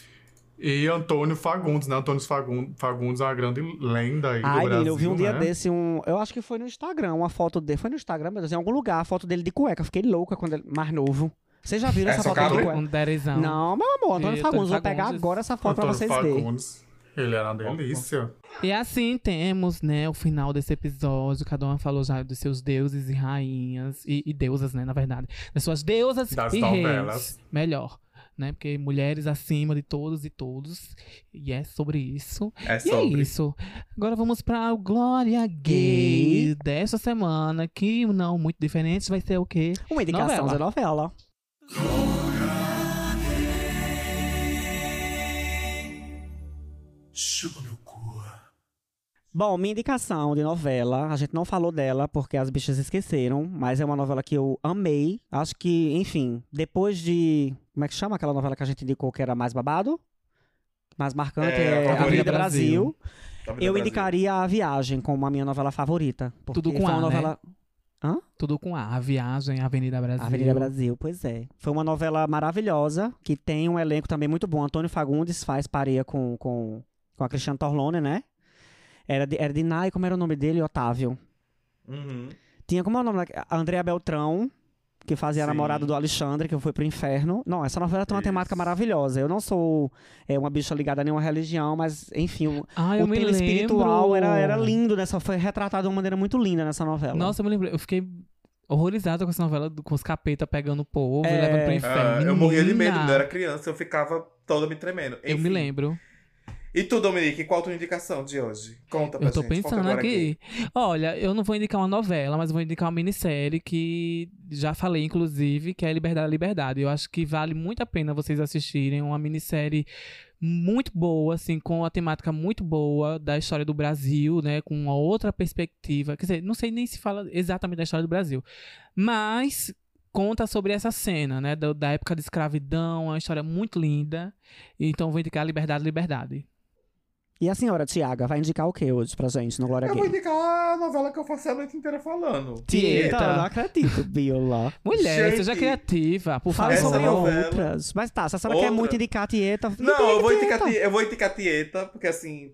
A: E Antônio Fagundes, né? Antônio Fagun- Fagundes é uma grande lenda aí do
B: Ai,
A: Brasil,
B: menino, eu vi um dia
A: né?
B: desse, um. Eu acho que foi no Instagram, uma foto dele. Foi no Instagram, meu Deus, em algum lugar, a foto dele de cueca. Eu Fiquei louca quando ele. Mais novo. Vocês já viram
D: É,
B: essa
D: só
B: foto dele de
D: cabe-
B: cueca?
C: Um derezão.
B: Não, meu amor, Antônio
C: E Antônio
B: Fagundes, vou
C: Fagundes.
B: pegar agora essa foto pra
A: Antônio
B: vocês verem.
A: Fagundes. Ele era uma delícia.
C: E assim temos, né, o final desse episódio. Cada uma falou já dos seus deuses e rainhas. E, e deusas, né, na verdade. Das suas deusas
A: Das
C: e
A: novelas.
C: reis. Melhor. Né, porque mulheres acima de todos e todos. E é sobre isso. E
D: É
C: é
D: sobre.
C: isso. Agora vamos para o Glória Gay desta semana, que não muito diferente, vai ser o quê?
B: Uma indicação
C: Novela.
B: da novela. Bom, minha indicação de novela, a gente não falou dela porque as bichas esqueceram, mas é uma novela que eu amei. Acho que, enfim, depois de. Como é que chama aquela novela que a gente indicou que era mais babado? mas marcante é,
D: É, favorita.
B: A Avenida
C: Brasil.
B: Brasil.
D: Da Vida
B: Eu
D: Brasil.
B: indicaria A Viagem como a minha novela favorita. Porque
C: Tudo com
B: foi
C: A,
B: uma
C: né?
B: novela.
C: Tudo com A. A Viagem, Avenida Brasil.
B: Avenida Brasil, pois é. Foi uma novela maravilhosa, que tem um elenco também muito bom. Antônio Fagundes faz pareia com, com, com a Cristiane Torlone, né? Era de, era de Nai, como era o nome dele? Otávio.
D: Uhum.
B: Tinha como é o nome? da- A Andrea Beltrão, que fazia a
D: Sim.
B: namorada do Alexandre, que foi pro inferno. Não, essa novela tem uma
D: Isso.
B: temática maravilhosa. Eu não sou é, uma bicha ligada a nenhuma religião, mas, enfim, o,
C: Ah, eu
B: o
C: me
B: tema
C: lembro.
B: espiritual era, era lindo nessa. Foi retratado de uma maneira muito linda nessa novela.
C: Nossa, eu me lembro. Eu fiquei horrorizada com essa novela, do- com os capeta pegando o povo e
B: É.
C: levando pro inferno.
D: Ah, eu morria de medo,
C: Menina,
D: quando eu era criança, eu ficava toda me tremendo.
C: Eu me
D: Enfim.
C: lembro.
D: E tu, Dominique, qual a tua indicação de hoje? Conta pra
C: Eu tô
D: gente. conta
C: pensando
D: agora
C: aqui. Olha, eu não vou indicar uma novela, mas vou indicar uma minissérie que já falei, inclusive, que é Liberdade, Liberdade. Eu acho que vale muito a pena vocês assistirem uma minissérie muito boa, assim, com a temática muito boa da história do Brasil, né? Com uma outra perspectiva. Quer dizer, não sei nem se fala exatamente da história do Brasil, mas conta sobre essa cena, né? Da, da época da escravidão, é uma história muito linda. Então vou indicar Liberdade, Liberdade.
B: E a senhora, Tiaga, vai indicar o que hoje pra gente no Glória
D: Eu vou
B: Gay?
D: indicar a novela que eu passei a noite inteira falando.
C: Tieta.
B: eu não acredito, Biola.
C: Mulher,
D: Gente,
C: seja criativa, por
B: Fala
D: essa
C: favor.
B: sobre
D: novela-
B: outras. Mas tá, se a senhora quer
D: Outra?
B: muito indicar a Tieta...
D: Não, eu vou, indicar,
B: Tieta.
D: Ti- eu vou indicar Tieta, porque assim.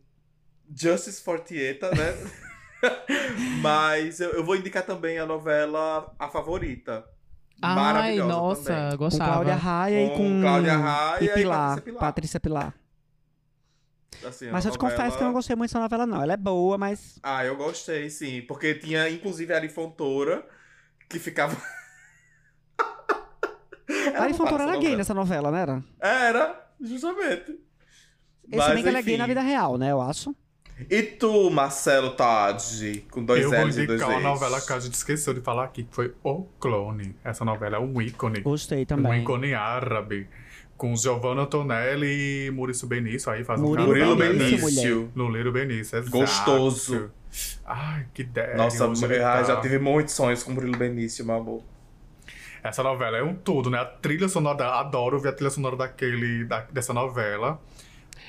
D: Justice for Tieta, né? Mas eu, eu vou indicar também a novela A Favorita.
C: Ai,
D: Maravilhosa
C: nossa,
D: também.
B: Com
C: gostava.
B: Cláudia Raia e com...
D: Cláudia Raia
B: e Pilar,
D: e Patrícia Pilar.
B: Patrícia Pilar.
D: Assim,
B: Mas
D: a
B: eu te
D: novela-
B: confesso que eu não gostei muito dessa novela, não. Ela é boa, mas...
D: Ah, eu gostei, sim. Porque tinha, inclusive, a Ari Fontoura, que ficava. Ela
B: Ari
D: não
B: Fontoura
D: passa
B: era é gay
D: novela.
B: nessa novela, não era?
D: Era, justamente.
B: Esse bem que ela é gay
D: enfim.
B: na vida real, né, eu acho.
D: E tu, Marcelo Tadde, com dois
A: eu vou
D: L's e dois
A: indicar uma
D: E's.
A: novela que a gente esqueceu de falar aqui, que foi O Clone. Essa novela é um ícone.
B: Gostei
A: Um
B: também.
A: ícone árabe. Com Giovanna Antonelli e Muriço Benício aí fazendo
B: Murilo
D: Murilo
B: Benício,
D: Benício.
A: No Liro Benício, exato.
D: Gostoso.
A: Ai, que ideia.
D: Nossa,
A: hoje
D: eu
A: ele
D: ah,
A: tá.
D: já tive muitos sonhos com o Murilo Benício, meu amor.
A: Essa novela é um tudo, né? A trilha sonora, da- adoro ver a trilha sonora daquele, da- dessa novela.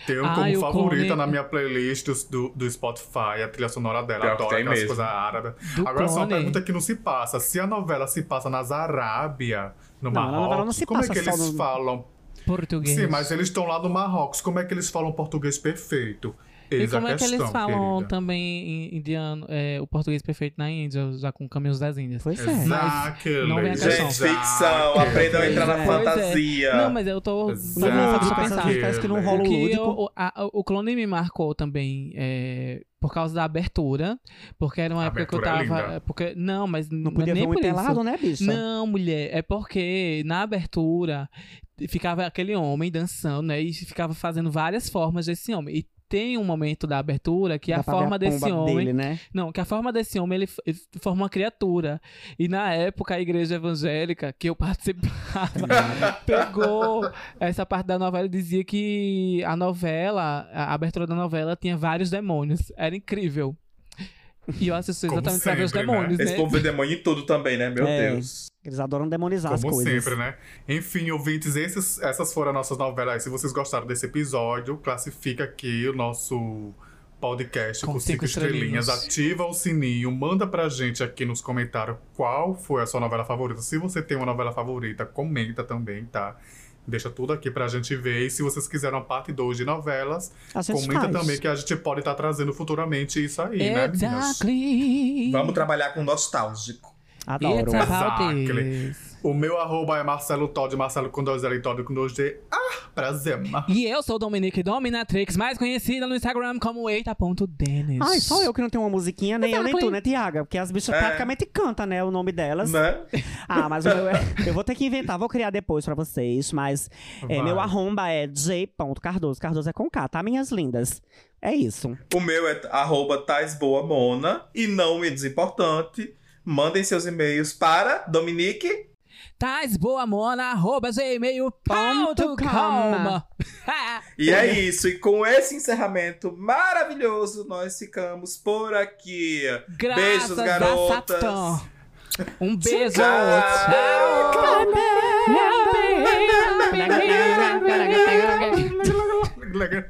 A: Tenho
C: Ah,
A: como
C: eu
A: favorita
C: come-
A: na minha playlist do, do, do Spotify a trilha sonora dela.
D: Pior que
A: adoro
D: tem
A: aquelas
D: mesmo.
A: coisas árabes.
C: Do
A: Agora só uma
C: Clone.
A: pergunta que não se passa. Se a novela se passa nas Arábia, no
B: Não, a novela não
A: Marrocos,
B: se
A: como é
B: passa
A: que
B: só
A: eles
B: no-
A: falam?
C: Português.
A: Sim, mas eles estão lá no Marrocos. Como é que eles falam português perfeito?
C: E
A: Eis
C: como
A: a
C: é que
A: questão,
C: eles falam
A: querida.
C: também em indiano, é, o português perfeito na Índia, já com caminhos das Índias?
B: Pois é.
A: Exactly.
C: não vem a
D: Gente,
C: questão.
D: ficção, aprendam a entrar na
B: Pois é.
D: fantasia.
C: Não, mas eu tô
A: Exato.
C: dando
B: Não, é
C: pra
A: Exato.
C: pensar.
A: Exato.
B: parece que no
A: Porque
B: rolo
C: que eu-
B: lúdico...
C: o, a- o clone me marcou também é, por causa da abertura, porque era uma
A: A
C: época que eu
A: abertura é
C: tava.
A: linda.
C: porque, não, mas
B: Não podia
C: nem
B: ver um
C: por isso.
B: entelado, né, bicha?
C: Não, mulher, é porque na abertura ficava aquele homem dançando, né? E ficava fazendo várias formas desse homem. E tem um momento da abertura que
B: Dá
C: a
B: pra ver
C: forma desse
B: pomba
C: homem.
B: Dele, né?
C: Não, que a forma desse homem, ele, f- ele forma uma criatura. E na época, a igreja evangélica que eu participava pegou essa parte da novela e dizia que a novela, a abertura da novela, tinha vários demônios. Era incrível. E eu assisti
A: Como
C: exatamente pra ver os
A: sempre, né?
C: demônios, né?
D: Esse povo vê demônio em tudo também, né? Meu
B: É.
D: Deus.
B: Eles adoram demonizar as
A: Como
B: coisas.
A: sempre, né? Enfim, ouvintes, esses- essas foram as nossas novelas. Se vocês gostaram desse episódio, classifica aqui o nosso podcast com, cinco, estrelinhas. Ativa o sininho, manda pra gente aqui nos comentários qual foi a sua novela favorita. Se você tem uma novela favorita, comenta também, tá? Deixa tudo aqui pra gente ver. E se vocês quiserem uma parte 2 de novelas,
B: A gente
A: comenta
B: faz.
A: também que a gente pode estar trazendo futuramente isso aí, né, meninas?
C: Exactly.
D: Vamos trabalhar com nostálgico.
B: Adoro.
C: It's about
A: Exactly.
C: this.
A: O meu arroba é Marcelo Todd, Marcelo com 2 L e Todd com 2D. Ah, prazer,
C: E eu sou Dominique Dominatrix, mais conhecida no Instagram como eita.denis.
B: Ai, só eu que não tenho uma musiquinha, nem eu, nem tu, né, Tiaga? Porque as bichas
D: É.
B: praticamente cantam, né, o nome delas.
D: Né?
B: Ah, mas o meu é... Eu vou ter que inventar, vou criar depois pra vocês, mas é,
A: Vai.
B: meu arromba é j.cardoso. Cardoso é com K, tá, minhas lindas? É isso.
D: O meu é arroba taisboamona. E não menos importante, mandem seus e-mails para Dominique.
C: taisboamona.gmail.com
D: E é isso. E com esse encerramento maravilhoso, nós ficamos por aqui.
C: Graças
D: Beijos,
C: a
D: garotas.
C: Satã. Um beijo.
D: Tchau.
C: Tchau.
A: mano.